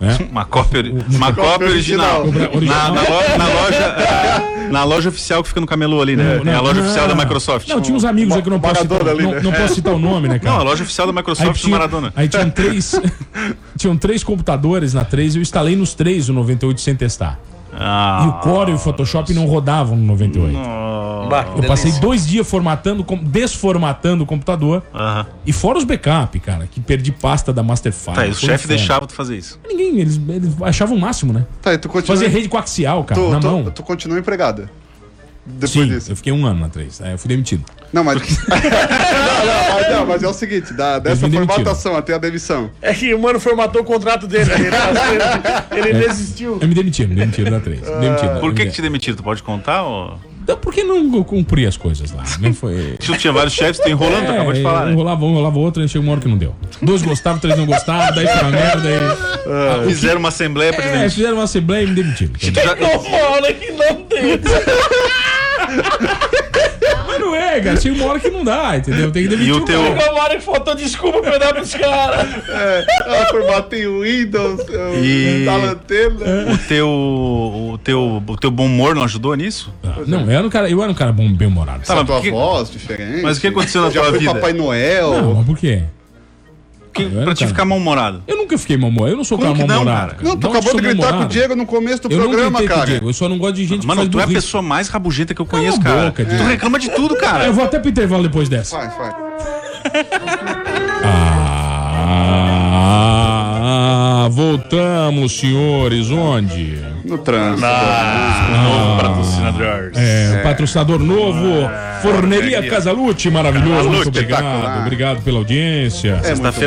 [SPEAKER 7] Né?
[SPEAKER 8] Uma cópia, ori- uma cópia
[SPEAKER 3] cópia
[SPEAKER 8] original.
[SPEAKER 7] original.
[SPEAKER 8] Na, na lo- na loja, é, na loja oficial que fica no camelô ali, né?
[SPEAKER 7] Não,
[SPEAKER 8] é a loja
[SPEAKER 7] não.
[SPEAKER 8] oficial da Microsoft.
[SPEAKER 7] Não, tinha uns amigos aí que eu não posso
[SPEAKER 3] Maradona
[SPEAKER 7] citar,
[SPEAKER 3] ali,
[SPEAKER 7] não,
[SPEAKER 3] né?
[SPEAKER 7] não posso citar o nome, né, cara?
[SPEAKER 8] Não, a loja oficial da
[SPEAKER 7] Aí
[SPEAKER 8] Microsoft do
[SPEAKER 7] tinha,
[SPEAKER 8] Maradona.
[SPEAKER 7] aí tinham três, tinham três computadores na 3 e eu instalei nos três o 98 sem testar. E o
[SPEAKER 8] Ah,
[SPEAKER 7] Core e o Photoshop não rodavam no 98.
[SPEAKER 9] Bah,
[SPEAKER 7] Eu passei dois dias formatando, com- desformatando o computador.
[SPEAKER 8] aham.
[SPEAKER 7] E fora os backup, cara, que perdi pasta da Master File.
[SPEAKER 8] Tá, e o
[SPEAKER 7] Foi um
[SPEAKER 8] chefe
[SPEAKER 7] inferno.
[SPEAKER 8] deixava tu fazer isso.
[SPEAKER 7] Ninguém, eles, eles achavam o máximo, né?
[SPEAKER 3] Tá, e tu continua...
[SPEAKER 7] Fazer rede coaxial, cara,
[SPEAKER 3] tu,
[SPEAKER 7] na
[SPEAKER 3] tu-
[SPEAKER 7] mão.
[SPEAKER 3] tu continua empregada. Depois
[SPEAKER 7] Sim,
[SPEAKER 3] disso.
[SPEAKER 7] eu fiquei um ano na 3. Aí eu fui demitido.
[SPEAKER 3] Não, mas... não, não, mas, não, mas é o seguinte, da, dessa
[SPEAKER 7] me demitiram.
[SPEAKER 3] formatação até a demissão.
[SPEAKER 9] É que o mano formatou o contrato dele. tá Ele, ele
[SPEAKER 7] É.
[SPEAKER 9] desistiu.
[SPEAKER 7] Eu me demitiram, me demitiram na 3.
[SPEAKER 3] Ah.
[SPEAKER 7] Me demitiram.
[SPEAKER 8] Por que,
[SPEAKER 7] Eu-
[SPEAKER 8] que te demitiram? Tu pode contar? Ou...
[SPEAKER 7] Não, Porque não cumpri as coisas lá. Não foi...
[SPEAKER 8] Tu tinha vários chefes, tu enrolando, tu acabou de falar,
[SPEAKER 7] um
[SPEAKER 8] né?
[SPEAKER 7] rolava um, rolava outro, aí chegou uma hora que não deu. Dois gostavam, três não gostavam, daí foi uma merda, aí...
[SPEAKER 8] Ah, Fizeram uma assembleia pra te
[SPEAKER 7] Ah, É,
[SPEAKER 8] demitir.
[SPEAKER 7] fizeram uma assembleia e me demitiram.
[SPEAKER 8] Tu já-
[SPEAKER 9] Não fala que não tem.
[SPEAKER 7] Mas não é, cara. Chega uma hora que não dá, entendeu? Tem que
[SPEAKER 8] E
[SPEAKER 7] demitir
[SPEAKER 8] o teu.
[SPEAKER 9] Chegou uma hora que faltou desculpa pra eu dar pros caras.
[SPEAKER 3] Ah, formatei o Windows, é, um eu
[SPEAKER 8] E-
[SPEAKER 3] instalo a antena.
[SPEAKER 7] É.
[SPEAKER 8] O teu, o teu, o teu bom humor não ajudou nisso?
[SPEAKER 7] cara. Não, eu era um cara, eu era um cara bom, bem-humorado.
[SPEAKER 8] Tá,
[SPEAKER 3] A
[SPEAKER 8] mas
[SPEAKER 3] tua
[SPEAKER 8] por que-
[SPEAKER 3] voz diferente.
[SPEAKER 8] Mas o que aconteceu na
[SPEAKER 3] Já
[SPEAKER 8] tua
[SPEAKER 3] foi
[SPEAKER 8] vida?
[SPEAKER 3] Papai Noel.
[SPEAKER 7] Não, mas por quê?
[SPEAKER 8] Que-
[SPEAKER 7] Ah, eu era
[SPEAKER 8] pra te
[SPEAKER 7] cara-
[SPEAKER 8] ficar mal-humorado.
[SPEAKER 7] Eu nunca fiquei mal-humorado. Eu não sou um
[SPEAKER 8] Como
[SPEAKER 7] cara
[SPEAKER 8] que não,
[SPEAKER 7] mal-humorado.
[SPEAKER 8] cara?
[SPEAKER 3] Não, tu
[SPEAKER 7] Não
[SPEAKER 3] acabou de
[SPEAKER 7] sou
[SPEAKER 3] gritar com o
[SPEAKER 7] mal-humorado.
[SPEAKER 3] Diego no começo do
[SPEAKER 7] Eu não
[SPEAKER 3] programa,
[SPEAKER 7] gritei com o
[SPEAKER 3] cara.
[SPEAKER 7] Diego. Eu só não gosto de gente
[SPEAKER 8] Mano,
[SPEAKER 7] que
[SPEAKER 8] tu é
[SPEAKER 7] faz
[SPEAKER 8] a
[SPEAKER 7] burrice.
[SPEAKER 8] pessoa mais rabugenta que eu
[SPEAKER 7] Cala a
[SPEAKER 8] conheço, cara.
[SPEAKER 7] boca,
[SPEAKER 8] Tu
[SPEAKER 7] Diego.
[SPEAKER 8] reclama de tudo,
[SPEAKER 7] Eu
[SPEAKER 8] cara.
[SPEAKER 7] vou até pro intervalo depois dessa.
[SPEAKER 3] Vai, vai.
[SPEAKER 7] Ah, voltamos, senhores. Onde?
[SPEAKER 3] No trânsito.
[SPEAKER 8] Ah, Novo patrocinador.
[SPEAKER 7] É, patrocinador novo, Forneria Casalute, maravilhoso. Muito obrigado.
[SPEAKER 3] espetacular.
[SPEAKER 7] Obrigado pela audiência.
[SPEAKER 8] Sexta-feira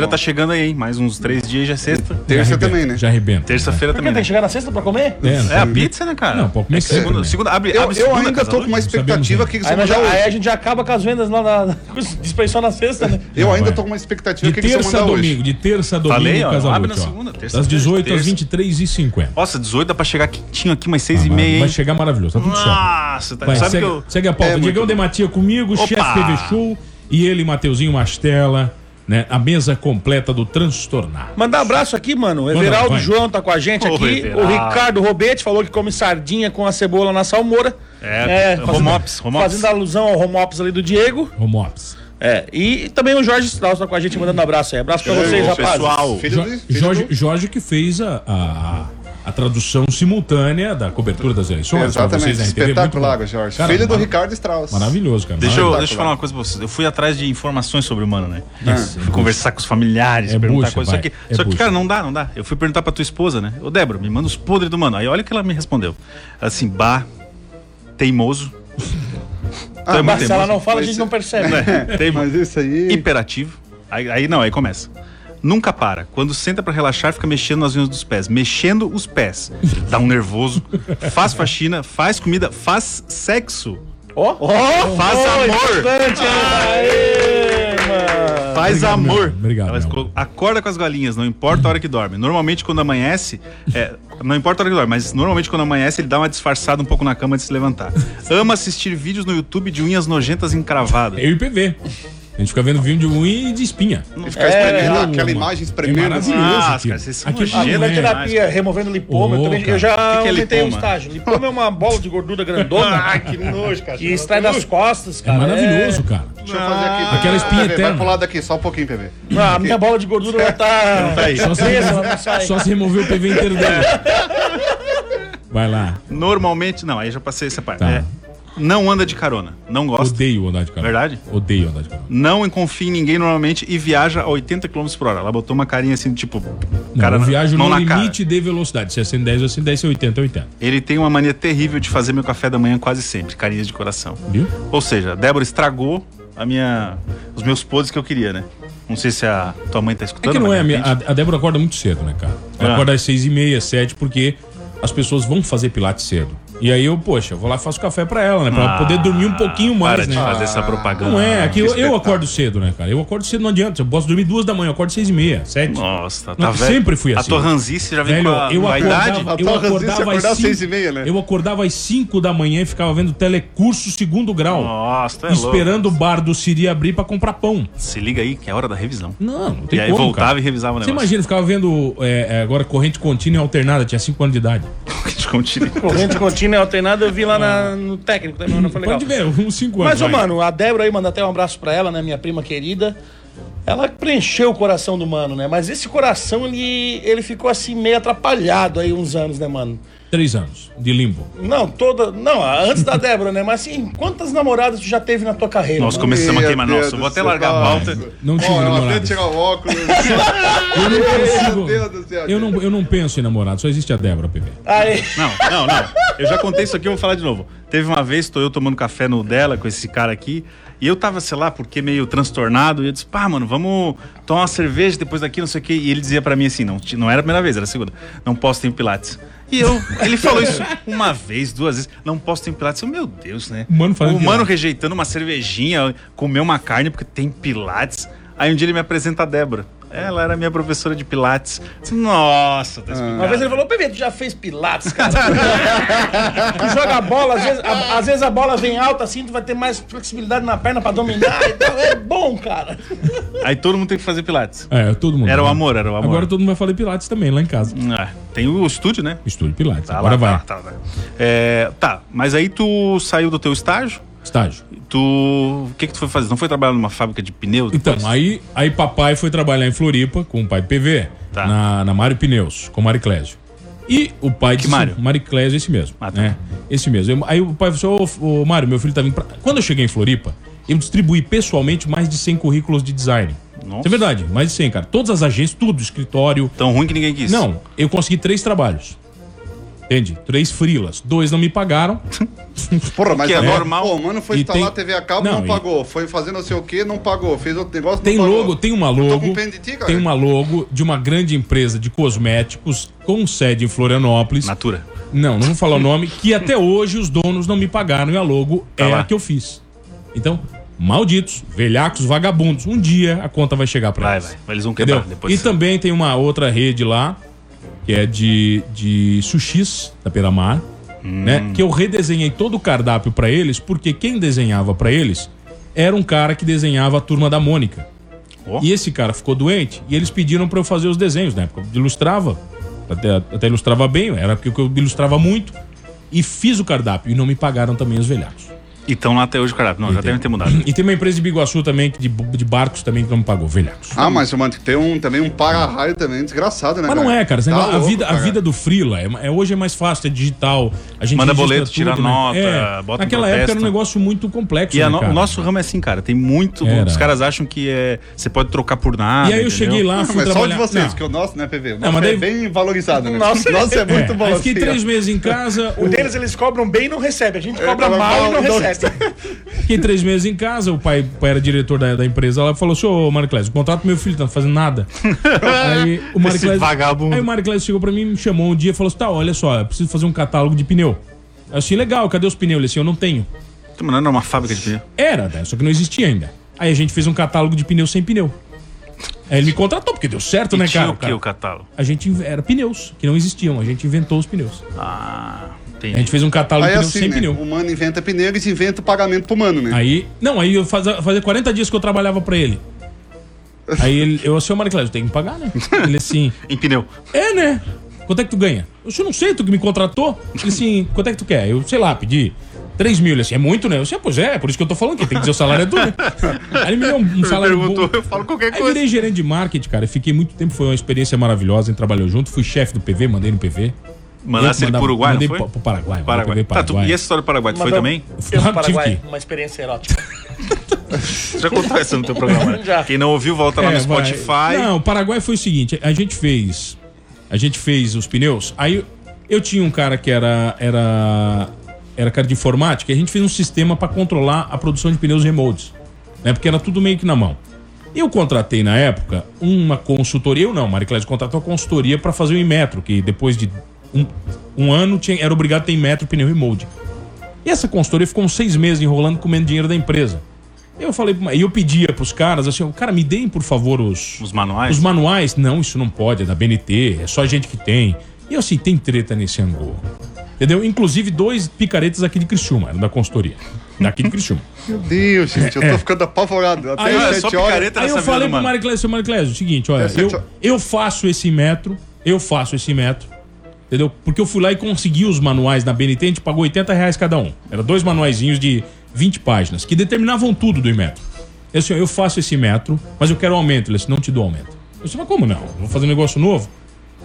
[SPEAKER 3] É muito
[SPEAKER 8] tá chegando aí, hein? Mais uns três dias já é sexta.
[SPEAKER 3] Terça
[SPEAKER 7] arrebenta,
[SPEAKER 3] também, né?
[SPEAKER 7] Já arrebenta.
[SPEAKER 8] Terça-feira
[SPEAKER 9] Por que
[SPEAKER 8] também.
[SPEAKER 9] tem que
[SPEAKER 8] né?
[SPEAKER 9] chegar na sexta pra comer?
[SPEAKER 7] É, não
[SPEAKER 8] É a
[SPEAKER 7] tem-
[SPEAKER 8] pizza, né, cara?
[SPEAKER 7] Não, pô, como é que
[SPEAKER 8] É segunda,
[SPEAKER 7] sempre, né?
[SPEAKER 8] segunda, abre,
[SPEAKER 3] Eu,
[SPEAKER 8] abre
[SPEAKER 3] eu
[SPEAKER 8] segunda,
[SPEAKER 3] ainda
[SPEAKER 8] Casalu.
[SPEAKER 3] tô com uma
[SPEAKER 7] sabemos,
[SPEAKER 3] expectativa
[SPEAKER 7] né?
[SPEAKER 3] que eles
[SPEAKER 9] Aí,
[SPEAKER 3] vão
[SPEAKER 9] nós já- é.
[SPEAKER 3] mandar
[SPEAKER 9] aí a
[SPEAKER 3] hoje.
[SPEAKER 9] gente já acaba com as vendas lá na, na dispensão na sexta, né?
[SPEAKER 3] Eu ainda
[SPEAKER 7] vai.
[SPEAKER 3] tô com uma expectativa
[SPEAKER 7] De
[SPEAKER 3] que eles vão
[SPEAKER 7] terça a
[SPEAKER 3] mandar
[SPEAKER 7] domingo,
[SPEAKER 3] hoje.
[SPEAKER 7] de terça a domingo,
[SPEAKER 8] Falei, ó,
[SPEAKER 7] Casalute,
[SPEAKER 8] abre na
[SPEAKER 7] ó.
[SPEAKER 8] segunda, terça,
[SPEAKER 7] das 18 às
[SPEAKER 8] terça.
[SPEAKER 7] 23h50.
[SPEAKER 8] Nossa, 18 dá pra chegar quentinho aqui, umas 6 e meia,
[SPEAKER 7] Ah, Vai
[SPEAKER 8] hein?
[SPEAKER 7] chegar maravilhoso, tá tudo certo.
[SPEAKER 8] Nossa, tá,
[SPEAKER 7] Vai,
[SPEAKER 8] sabe
[SPEAKER 7] segue,
[SPEAKER 8] que eu...
[SPEAKER 7] segue a pauta.
[SPEAKER 3] É muito
[SPEAKER 7] Diegão
[SPEAKER 3] bom.
[SPEAKER 7] Dematia comigo, chefe TV Show e ele, Mateuzinho Mastella. né? A mesa completa do transtornar.
[SPEAKER 9] Mandar um abraço aqui, mano. O
[SPEAKER 7] Manda,
[SPEAKER 9] Everaldo
[SPEAKER 7] vai.
[SPEAKER 9] João tá com a gente
[SPEAKER 8] Ô,
[SPEAKER 9] aqui.
[SPEAKER 8] Everaldo.
[SPEAKER 9] O Ricardo Robete falou que come sardinha com a cebola na salmoura.
[SPEAKER 8] É, homops, homops.
[SPEAKER 9] Fazendo alusão ao homops ali do Diego.
[SPEAKER 7] Home office.
[SPEAKER 9] É, e também o Jorge Strauss tá com a gente mandando um abraço aí. Abraço pra vocês,
[SPEAKER 8] Ô,
[SPEAKER 9] rapazes.
[SPEAKER 8] pessoal.
[SPEAKER 3] Filho
[SPEAKER 7] Jo-
[SPEAKER 3] do- filho
[SPEAKER 7] Jorge,
[SPEAKER 3] do-
[SPEAKER 7] Jorge que fez a, a, a tradução simultânea da cobertura das eleições. pra
[SPEAKER 3] Exatamente,
[SPEAKER 7] vocês na RTV, muito
[SPEAKER 3] espetáculo
[SPEAKER 7] bom.
[SPEAKER 3] lá, Jorge.
[SPEAKER 7] Cara,
[SPEAKER 3] Filho do
[SPEAKER 7] mara-
[SPEAKER 3] Ricardo Strauss.
[SPEAKER 7] Maravilhoso, cara.
[SPEAKER 8] Deixa eu,
[SPEAKER 7] maravilhoso.
[SPEAKER 8] deixa eu falar uma coisa pra vocês. Eu fui atrás de informações sobre o mano, né?
[SPEAKER 7] Isso.
[SPEAKER 8] Fui conversar com os familiares,
[SPEAKER 7] Ah, É
[SPEAKER 8] perguntar
[SPEAKER 7] bucha,
[SPEAKER 8] coisas. Só
[SPEAKER 7] vai.
[SPEAKER 8] que,
[SPEAKER 7] É
[SPEAKER 8] só que
[SPEAKER 7] bucha.
[SPEAKER 8] cara, não dá, não dá. Eu fui perguntar pra tua esposa, né? Ô, Débora, me manda os podres do mano. Aí olha o que ela me respondeu. Assim, bah, teimoso. Tu é muito
[SPEAKER 9] Ah, Mas se ela
[SPEAKER 8] teimoso.
[SPEAKER 9] não fala, a gente não percebe.
[SPEAKER 8] Teimo-
[SPEAKER 3] Mas isso aí.
[SPEAKER 8] hiperativo. Aí, aí não, aí começa. Nunca para. Quando senta pra relaxar, fica mexendo nas unhas dos pés. Mexendo os pés. Dá um nervoso. Faz faxina, faz comida, faz sexo.
[SPEAKER 9] Ó, ó,
[SPEAKER 8] Faz
[SPEAKER 9] ó,
[SPEAKER 8] amor.
[SPEAKER 9] importante, hein? Aê, mano.
[SPEAKER 8] Faz
[SPEAKER 7] Obrigado,
[SPEAKER 8] amor.
[SPEAKER 7] meu. Obrigado,
[SPEAKER 8] Ela
[SPEAKER 7] meu.
[SPEAKER 8] colocou, acorda com as galinhas, não importa a hora que dorme. Normalmente quando amanhece, é, não importa a hora que dorme, mas normalmente quando amanhece ele dá uma disfarçada um pouco na cama antes de se levantar. Ama assistir vídeos no YouTube de unhas nojentas encravadas.
[SPEAKER 7] Eu e PV. A gente fica vendo vídeo de unha e de espinha. É
[SPEAKER 3] E ficar espremendo aquela imagem espremendo. assim.
[SPEAKER 8] Ah,
[SPEAKER 7] aquilo.
[SPEAKER 8] cara, vocês são né?
[SPEAKER 7] Aquilo
[SPEAKER 8] nojentos.
[SPEAKER 7] não
[SPEAKER 9] Na
[SPEAKER 7] é.
[SPEAKER 9] terapia, removendo lipoma, eu,
[SPEAKER 7] Ô,
[SPEAKER 9] também,
[SPEAKER 7] cara.
[SPEAKER 9] eu já
[SPEAKER 8] O que que é
[SPEAKER 9] aumentei um
[SPEAKER 8] lipoma?
[SPEAKER 9] estágio. Lipoma é uma bola de gordura grandona
[SPEAKER 8] Ah, que nojo, cara.
[SPEAKER 9] que extrai das costas,
[SPEAKER 7] É
[SPEAKER 9] cara.
[SPEAKER 7] maravilhoso, cara.
[SPEAKER 3] Deixa eu fazer aqui.
[SPEAKER 7] Aquela espinha
[SPEAKER 3] PV, Vai
[SPEAKER 7] eterna.
[SPEAKER 3] pro lado aqui, só um pouquinho, PV.
[SPEAKER 9] É. Ah, a minha bola de gordura já tá.
[SPEAKER 8] Tá aí.
[SPEAKER 7] Então Só se,
[SPEAKER 9] Beleza, vamos sair.
[SPEAKER 7] só se remover o PV inteiro dele. Vai lá.
[SPEAKER 8] Normalmente, não, aí já passei essa parte.
[SPEAKER 7] Tá.
[SPEAKER 8] É, não anda de carona, não gosta,
[SPEAKER 7] Odeio andar de carro.
[SPEAKER 8] Verdade?
[SPEAKER 7] Odeio andar de carro.
[SPEAKER 8] não confia em ninguém normalmente e viaja a 80 km por hora. Ela botou uma carinha assim, tipo,
[SPEAKER 7] Não,
[SPEAKER 8] cara,
[SPEAKER 7] eu viajo
[SPEAKER 8] mão
[SPEAKER 7] no
[SPEAKER 8] na cara.
[SPEAKER 7] limite de velocidade. Se é 110 ou 110, se é 80 é 80.
[SPEAKER 8] Ele tem uma mania terrível de fazer meu café da manhã quase sempre, carinhas de coração.
[SPEAKER 7] Viu?
[SPEAKER 8] Ou seja, a Débora estragou a minha, os meus podes que eu queria, né? Não sei se a tua mãe tá
[SPEAKER 7] É
[SPEAKER 8] escutando.
[SPEAKER 7] que não
[SPEAKER 8] mas
[SPEAKER 7] é a
[SPEAKER 8] de
[SPEAKER 7] minha.
[SPEAKER 8] repente-
[SPEAKER 7] A, a Débora acorda muito cedo, né, cara? Ela
[SPEAKER 8] Ah.
[SPEAKER 7] acorda às seis e meia, sete, porque as pessoas vão fazer pilates cedo. E aí eu, poxa, vou lá e faço café pra ela, né? Pra ela
[SPEAKER 8] Ah,
[SPEAKER 7] poder dormir um pouquinho
[SPEAKER 8] Para
[SPEAKER 7] mais,
[SPEAKER 8] de
[SPEAKER 7] né?
[SPEAKER 8] fazer essa propaganda.
[SPEAKER 7] Não é, aqui eu, eu
[SPEAKER 8] Espetáculo.
[SPEAKER 7] acordo cedo, né, cara? Eu acordo cedo, não adianta. Eu posso dormir duas da manhã, eu acordo seis e meia, sete.
[SPEAKER 8] Nossa, tá
[SPEAKER 7] Não,
[SPEAKER 8] velho.
[SPEAKER 7] sempre fui
[SPEAKER 8] A
[SPEAKER 7] assim.
[SPEAKER 8] tua ranzice já vem
[SPEAKER 7] Velho,
[SPEAKER 8] com a
[SPEAKER 7] eu
[SPEAKER 8] vaidade. assim,
[SPEAKER 7] acordava, eu
[SPEAKER 3] A tua ranzice é
[SPEAKER 7] acordava às
[SPEAKER 3] acordar às
[SPEAKER 7] cinco-
[SPEAKER 3] seis e meia, né?
[SPEAKER 7] Eu acordava às 5 da manhã e ficava vendo telecurso segundo grau.
[SPEAKER 8] Nossa, tu é louco.
[SPEAKER 7] esperando o bar do Siri abrir pra comprar pão.
[SPEAKER 8] Se liga aí que é hora da revisão.
[SPEAKER 7] Não, não tem
[SPEAKER 8] E aí
[SPEAKER 7] como,
[SPEAKER 8] voltava
[SPEAKER 7] cara.
[SPEAKER 8] e revisava o
[SPEAKER 7] Você
[SPEAKER 8] negócio.
[SPEAKER 7] imagina, eu ficava vendo é, é, agora corrente contínua e alternada, tinha 5 anos de idade.
[SPEAKER 8] De continente.
[SPEAKER 9] Corrente contínua e alternada, eu vi lá na- no técnico também, não foi legal.
[SPEAKER 7] Ah. Pode ver, uns 5 anos.
[SPEAKER 9] Mas, ô,
[SPEAKER 7] vai.
[SPEAKER 9] mano, a Débora aí manda até um abraço pra ela, né, minha prima querida. Ela preencheu o coração do mano, né? Mas esse coração, ele, ele ficou assim meio atrapalhado aí uns anos, né, mano?
[SPEAKER 7] Três anos de limbo.
[SPEAKER 9] Não, toda. Não, antes da Débora, né? Mas assim, quantas namoradas tu já teve na tua carreira?
[SPEAKER 8] Nós
[SPEAKER 9] mano?
[SPEAKER 8] começamos a
[SPEAKER 3] Meu
[SPEAKER 8] queimar.
[SPEAKER 3] Deus
[SPEAKER 8] Nossa, eu
[SPEAKER 3] do
[SPEAKER 8] vou até
[SPEAKER 3] céu.
[SPEAKER 8] largar a pauta.
[SPEAKER 7] Não tive
[SPEAKER 3] Ó, ela
[SPEAKER 7] namorado.
[SPEAKER 3] tenta tirar o óculos.
[SPEAKER 7] Eu não consigo.
[SPEAKER 3] Deus do céu,
[SPEAKER 7] eu, não, eu não penso em namorado, só existe a Débora, PV.
[SPEAKER 9] Aí,
[SPEAKER 8] Não, não, não. Eu já contei isso aqui, eu vou falar de novo. Teve uma vez, tô eu tomando café no dela com esse cara aqui, e eu tava, sei lá, porque meio transtornado, e eu disse, pá, mano, vamos tomar uma cerveja depois daqui, não sei o quê. E ele dizia pra mim assim, não, ti- não era a primeira vez, era a segunda, não posso ter em pilates. E eu, ele falou isso uma vez, duas vezes, não posso ter em pilates. Eu, meu Deus, né?
[SPEAKER 7] O mano fazendo
[SPEAKER 8] O mano
[SPEAKER 7] pilates.
[SPEAKER 8] rejeitando uma cervejinha, comer uma carne porque tem pilates. Aí um dia ele me apresenta a Débora. Ela era minha professora de pilates. Nossa, tá explicado.
[SPEAKER 9] uma vez ele falou, Pepe, tu já fez pilates, cara. tu joga a bola, às vezes a, às vezes a bola vem alta assim, tu vai ter mais flexibilidade na perna pra dominar. Então é bom, cara.
[SPEAKER 8] Aí todo mundo tem que fazer pilates.
[SPEAKER 7] É, todo mundo.
[SPEAKER 8] Era o amor, era o amor.
[SPEAKER 7] Agora todo mundo vai falar Pilates também, lá em casa.
[SPEAKER 8] Ah, tem o estúdio, né?
[SPEAKER 7] Estúdio Pilates.
[SPEAKER 8] Tá
[SPEAKER 7] Agora
[SPEAKER 8] lá,
[SPEAKER 7] vai.
[SPEAKER 8] Tá, tá, tá. É, tá, mas aí tu saiu do teu estágio,
[SPEAKER 7] Estágio.
[SPEAKER 8] tu... O que que tu foi fazer? Não foi trabalhar numa fábrica de pneus?
[SPEAKER 7] Então,
[SPEAKER 8] depois?
[SPEAKER 7] aí, aí papai foi trabalhar em Floripa com o pai PV,
[SPEAKER 8] Tá.
[SPEAKER 7] na, na Mário Pneus, com o Mário Clésio. E o pai que
[SPEAKER 8] Mário?
[SPEAKER 7] Mário Clésio, esse mesmo.
[SPEAKER 8] Ah, tá.
[SPEAKER 7] né? Esse mesmo. Eu- aí o pai falou assim, ô, ô Mário, meu filho tá vindo pra... Quando eu cheguei em Floripa, eu distribuí pessoalmente mais de 100 currículos de design.
[SPEAKER 8] Nossa.
[SPEAKER 7] Isso é verdade, mais de 100, cara. Todas as agências, tudo, escritório.
[SPEAKER 8] Tão ruim que ninguém quis.
[SPEAKER 7] Não, eu consegui três trabalhos. Entende? Três frilas. Dois não me pagaram.
[SPEAKER 3] Porra, mas
[SPEAKER 8] Que é
[SPEAKER 3] agora-
[SPEAKER 8] normal.
[SPEAKER 3] Pô, mano foi
[SPEAKER 7] E
[SPEAKER 3] instalar
[SPEAKER 7] tem-
[SPEAKER 3] a TV a cabo,
[SPEAKER 7] Não,
[SPEAKER 3] não,
[SPEAKER 7] e-
[SPEAKER 3] pagou. Foi fazer não sei o que, não pagou. Fez outro negócio,
[SPEAKER 7] Tem
[SPEAKER 3] não pagou.
[SPEAKER 7] logo, tem uma
[SPEAKER 3] tô
[SPEAKER 7] logo.
[SPEAKER 3] com pena de ti, cara.
[SPEAKER 7] Tem uma logo de uma grande empresa de cosméticos com sede em Florianópolis.
[SPEAKER 8] Natura.
[SPEAKER 7] Não, não vou falar o nome, que até hoje os donos não me pagaram e a logo
[SPEAKER 8] Tá
[SPEAKER 7] é
[SPEAKER 8] lá.
[SPEAKER 7] a que eu fiz. Então, malditos, velhacos, vagabundos, um dia a conta vai chegar pra
[SPEAKER 8] Vai,
[SPEAKER 7] eles.
[SPEAKER 8] vai. Eles vão quebrar
[SPEAKER 7] Entendeu?
[SPEAKER 8] depois.
[SPEAKER 7] E também tem uma outra rede lá, que é de, de sushis, da Peramar,
[SPEAKER 8] Hum.
[SPEAKER 7] né? Que eu redesenhei todo o cardápio pra eles, porque quem desenhava pra eles era um cara que desenhava a turma da Mônica. E esse cara ficou doente e eles pediram pra eu fazer os desenhos na época. Eu ilustrava, até, até ilustrava bem, era porque eu ilustrava muito. E fiz o cardápio e não me pagaram também os velhacos.
[SPEAKER 8] Então lá até hoje, cara. Não, já deve ter mudado.
[SPEAKER 7] E tem uma empresa de Biguaçu também, que de, de barcos também, que não me pagou, velhacos.
[SPEAKER 3] Ah, mas mano, tem um, também um para-raio também, desgraçado, né?
[SPEAKER 7] Mas não é, cara. esse
[SPEAKER 3] Tá
[SPEAKER 7] negócio- a,
[SPEAKER 3] louco,
[SPEAKER 7] vida, a
[SPEAKER 3] cara.
[SPEAKER 7] vida do Frila é, é- hoje é mais fácil, é digital. A gente
[SPEAKER 8] Manda
[SPEAKER 7] registra
[SPEAKER 8] boleto, tira nota,
[SPEAKER 7] É,
[SPEAKER 8] bota um
[SPEAKER 7] Naquela época
[SPEAKER 8] protesto.
[SPEAKER 7] era um negócio muito complexo.
[SPEAKER 8] E a
[SPEAKER 7] né,
[SPEAKER 8] no-
[SPEAKER 7] cara?
[SPEAKER 8] o nosso ramo é assim, cara. Tem muito.
[SPEAKER 7] Era.
[SPEAKER 8] Os caras acham que é, você pode trocar por nada.
[SPEAKER 7] E aí eu cheguei lá,
[SPEAKER 3] Ah,
[SPEAKER 7] fui
[SPEAKER 3] mas só o de
[SPEAKER 7] trabalhar.
[SPEAKER 3] vocês,
[SPEAKER 7] Não.
[SPEAKER 3] que o nosso, né, PV? O
[SPEAKER 7] Não,
[SPEAKER 3] nosso
[SPEAKER 7] mas daí-
[SPEAKER 3] é bem valorizado, né?
[SPEAKER 9] Nosso-
[SPEAKER 3] é muito
[SPEAKER 7] É,
[SPEAKER 3] bom.
[SPEAKER 7] aí fiquei
[SPEAKER 3] assim, ó.
[SPEAKER 7] três meses em casa.
[SPEAKER 9] O deles eles cobram bem e não recebe. A gente cobra
[SPEAKER 3] cobra
[SPEAKER 9] mal e não
[SPEAKER 3] mal e não
[SPEAKER 9] recebe.
[SPEAKER 7] Fiquei três meses em casa, o pai, o pai era diretor da, da empresa lá e falou: assim, Senhor, Mariclés, o contrato do meu filho tá fazendo nada. aí o Mariclés.
[SPEAKER 8] vagabundo.
[SPEAKER 7] Aí o Mariclés chegou pra mim, me chamou um dia e falou assim: tá, olha só, eu preciso fazer um catálogo de pneu. Eu assim, legal, cadê os pneus? Ele assim, eu não tenho.
[SPEAKER 8] Tá mandando uma fábrica de pneu.
[SPEAKER 7] Era, né? só que não existia ainda. Aí a gente fez um catálogo de pneu sem pneu. Aí ele me contratou, porque deu certo, né,
[SPEAKER 8] E tinha
[SPEAKER 7] cara?
[SPEAKER 8] o que o catálogo?
[SPEAKER 7] A gente inv- era pneus, que não existiam, a gente inventou os pneus.
[SPEAKER 8] Ah,
[SPEAKER 7] A gente
[SPEAKER 8] entendi.
[SPEAKER 7] fez um catálogo
[SPEAKER 3] Aí
[SPEAKER 7] de
[SPEAKER 3] é
[SPEAKER 7] pneus
[SPEAKER 3] assim,
[SPEAKER 7] sem
[SPEAKER 3] né?
[SPEAKER 7] pneu.
[SPEAKER 3] O mano inventa pneu, eles inventam o pagamento pro mano, né?
[SPEAKER 7] Aí, não, aí eu fazia, fazia 40 dias que eu trabalhava pra ele. Aí ele, eu assim, ô Mário Cláudio, tem que me pagar, né? Ele assim,
[SPEAKER 8] Em pneu.
[SPEAKER 7] é, né? Quanto é que tu ganha? Eu assim, eu não sei, tu que me contratou. Ele assim, quanto é que tu quer? Eu, sei lá, pedi 3 mil. Ele assim, é muito, né? Eu assim, "Ah, pois é, é por isso que eu tô falando que tem que dizer o salário é tu, né? Aí ele me deu um, um
[SPEAKER 8] Ele
[SPEAKER 7] salário
[SPEAKER 8] perguntou,
[SPEAKER 7] bom.
[SPEAKER 8] eu falo qualquer
[SPEAKER 7] Aí eu
[SPEAKER 8] coisa.
[SPEAKER 7] virei gerente de marketing, cara. e Fiquei muito tempo, foi uma experiência maravilhosa. A gente trabalhou junto, fui chefe do PV, mandei no PV.
[SPEAKER 8] Mandasse
[SPEAKER 7] Eu mandava-
[SPEAKER 8] ele pro é Uruguai, não
[SPEAKER 7] mandei
[SPEAKER 8] foi?
[SPEAKER 7] pro- pro Paraguai.
[SPEAKER 8] Paraguai.
[SPEAKER 7] mandei pro
[SPEAKER 8] Tá, tu- e essa história do Paraguai, tu foi também?
[SPEAKER 9] Eu no
[SPEAKER 7] Tive
[SPEAKER 9] Paraguai,
[SPEAKER 7] que-
[SPEAKER 9] uma experiência erótica.
[SPEAKER 8] Tu Já contou essa no teu programa, né?
[SPEAKER 9] Já.
[SPEAKER 8] Quem não ouviu, volta lá
[SPEAKER 7] É,
[SPEAKER 8] no
[SPEAKER 7] vai.
[SPEAKER 8] Spotify.
[SPEAKER 7] Não, o Paraguai foi o seguinte, a gente fez, a gente fez os pneus. Aí eu tinha um cara que era era era cara de informática, e a gente fez um sistema pra controlar a produção de pneus remotes, né? Porque era tudo meio que na mão. Eu contratei na época uma consultoria, eu não, Mariclés contratou uma consultoria pra fazer o Inmetro, que depois de um, um ano tinha, era obrigado a ter Inmetro pneu remote. E essa consultoria ficou uns seis meses enrolando, comendo dinheiro da empresa. Eu falei, pro ma- e eu pedia pros caras assim, cara, me deem por favor os,
[SPEAKER 8] Os manuais?
[SPEAKER 7] os manuais. Não, isso não pode, é da BNT, é só gente que tem. E eu assim, tem treta nesse angô. Entendeu? Inclusive dois picaretas aqui de Criciúma, eram da consultoria. Daqui de Criciúma.
[SPEAKER 3] Meu Deus, gente, eu tô ficando apavorado. Até
[SPEAKER 7] é, Aí
[SPEAKER 3] às
[SPEAKER 7] é
[SPEAKER 3] sete
[SPEAKER 8] só
[SPEAKER 3] horas.
[SPEAKER 8] picareta.
[SPEAKER 7] Aí
[SPEAKER 8] nessa
[SPEAKER 7] eu
[SPEAKER 8] vida
[SPEAKER 7] falei
[SPEAKER 8] do
[SPEAKER 7] pro
[SPEAKER 8] mano.
[SPEAKER 7] Mariclésio, seu Mariclésio, o seguinte, olha,
[SPEAKER 3] Essa é
[SPEAKER 7] eu,
[SPEAKER 3] tio-
[SPEAKER 7] eu faço esse metro, eu faço esse metro, entendeu? Porque eu fui lá e consegui os manuais na BNT, a gente pagou 80 reais cada um. Era dois manuaizinhos de 20 páginas, que determinavam tudo do metro. Eu disse, ó, eu faço esse metro, mas eu quero um aumento. Ele disse, não te dou aumento. Eu disse, mas como não? Eu Vou fazer um negócio novo?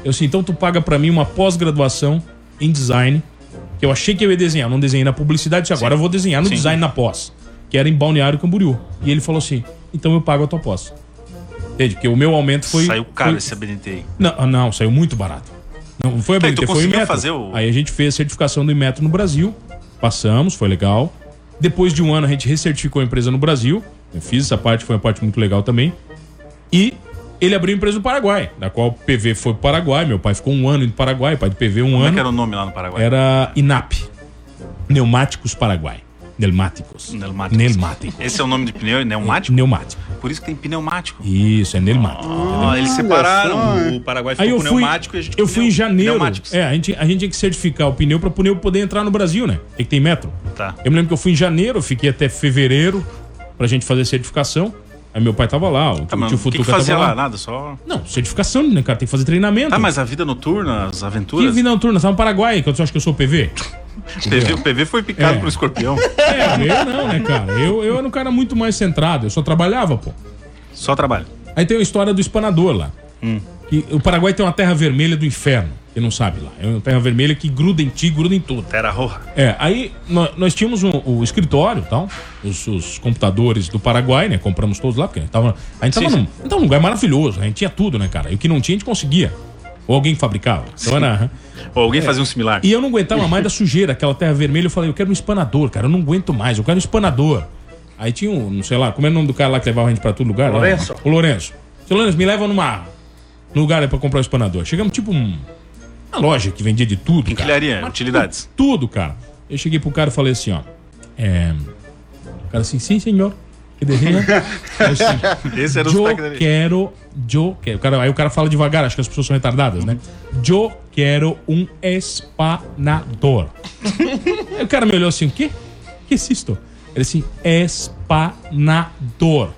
[SPEAKER 7] Eu disse, então tu paga pra mim uma pós-graduação em design, que eu achei que eu ia desenhar, não desenhei na publicidade, disse, agora eu vou desenhar no design na pós, que era em Balneário Camboriú. E ele falou assim, então eu pago a tua pós. Entende? Porque o meu aumento foi.
[SPEAKER 8] Saiu caro
[SPEAKER 7] foi-
[SPEAKER 8] esse ABNT aí.
[SPEAKER 7] Não, ah, não, saiu muito barato. Não foi a
[SPEAKER 8] Tá, e tu
[SPEAKER 7] BNT, foi o
[SPEAKER 8] conseguiu
[SPEAKER 7] Inmetro.
[SPEAKER 8] fazer o-
[SPEAKER 7] Aí a gente fez a certificação do Inmetro no Brasil. Passamos, foi legal. Depois de um ano a gente recertificou a empresa no Brasil. Eu fiz essa parte, foi uma parte muito legal também. E ele abriu a empresa no Paraguai, da qual o PV foi pro Paraguai. Meu pai ficou um ano no Paraguai, pai do PV um
[SPEAKER 8] Como é
[SPEAKER 7] ano.
[SPEAKER 8] que era o nome lá no Paraguai?
[SPEAKER 7] Era INAP. Neumáticos Paraguai. Neumáticos.
[SPEAKER 8] Neumáticos.
[SPEAKER 7] Neumático.
[SPEAKER 8] Esse é o nome de pneu, pneumático?
[SPEAKER 7] Neumático.
[SPEAKER 8] Por isso que tem pneumático.
[SPEAKER 7] Isso, é neumático.
[SPEAKER 8] Ah, eles separaram.
[SPEAKER 3] só,
[SPEAKER 9] é.
[SPEAKER 8] o Paraguai ficou
[SPEAKER 7] Aí eu
[SPEAKER 8] com
[SPEAKER 7] fui,
[SPEAKER 8] pneumático e a gente
[SPEAKER 7] eu
[SPEAKER 8] com
[SPEAKER 7] fui
[SPEAKER 8] pneu-
[SPEAKER 7] em janeiro.
[SPEAKER 8] Pneumáticos.
[SPEAKER 7] É, a gente, a gente tinha que certificar o pneu para o pneu poder entrar no Brasil, né? Tem que tem metro.
[SPEAKER 8] Tá.
[SPEAKER 7] Eu me lembro que eu fui em janeiro, fiquei até fevereiro pra gente fazer certificação. Aí meu pai tava lá, o,
[SPEAKER 8] Tá,
[SPEAKER 7] tio
[SPEAKER 8] mas o que, que
[SPEAKER 7] Futuca
[SPEAKER 8] fazia
[SPEAKER 7] tava
[SPEAKER 8] lá?
[SPEAKER 7] lá.
[SPEAKER 8] Nada, só.
[SPEAKER 7] Não, certificação, né, cara? Tem que fazer treinamento.
[SPEAKER 8] Tá, mas a vida noturna, as
[SPEAKER 7] Que
[SPEAKER 8] aventuras.
[SPEAKER 7] vida noturna, tava no Paraguai, que eu acho que eu sou PV.
[SPEAKER 8] O PV, o PV foi picado
[SPEAKER 7] É.
[SPEAKER 8] por escorpião.
[SPEAKER 7] É, eu não, né, cara? Eu, eu era um cara muito mais centrado, eu só trabalhava, pô.
[SPEAKER 8] Só trabalho.
[SPEAKER 7] Aí tem a história do espanador lá.
[SPEAKER 8] Hum.
[SPEAKER 7] Que o Paraguai tem uma terra vermelha do inferno, que não sabe lá. É uma terra vermelha que gruda em ti, gruda em tudo.
[SPEAKER 8] Terra roja.
[SPEAKER 7] É, aí nó- nós, tínhamos um, o escritório e tal, os, os computadores do Paraguai, né? Compramos todos lá, porque a gente tava, a gente tava
[SPEAKER 8] Sim,
[SPEAKER 7] num, então, um lugar maravilhoso, a gente tinha tudo, né, cara? E o que não tinha, a gente conseguia. Ou alguém fabricava. Então era.
[SPEAKER 8] Ou alguém fazia um similar.
[SPEAKER 7] É. E eu não aguentava mais da sujeira, aquela terra vermelha. Eu falei, eu quero um espanador, cara. Eu não aguento mais, eu quero um espanador. Aí tinha um, não sei lá, como é o nome do cara lá que levava a gente pra todo lugar? lá?
[SPEAKER 9] Lourenço.
[SPEAKER 7] o Lourenço. Seu Lourenço, me leva numa, num lugar aí pra comprar um espanador. Chegamos tipo um, uma loja que vendia de tudo. cara.
[SPEAKER 8] Quinquilharia,
[SPEAKER 7] Mas
[SPEAKER 8] utilidades.
[SPEAKER 7] Tudo, cara. Eu cheguei pro cara e falei assim, ó. É... O cara assim, sim, senhor. Que desenha? Eu assim,
[SPEAKER 8] Esse era o
[SPEAKER 7] eu
[SPEAKER 8] sotaque dele.
[SPEAKER 7] quero, eu quero. O cara- aí o cara fala devagar, acho que as pessoas são retardadas, né? Eu quero um espanador. aí o cara me olhou assim, o quê? Que é isto? Ele assim, espanador.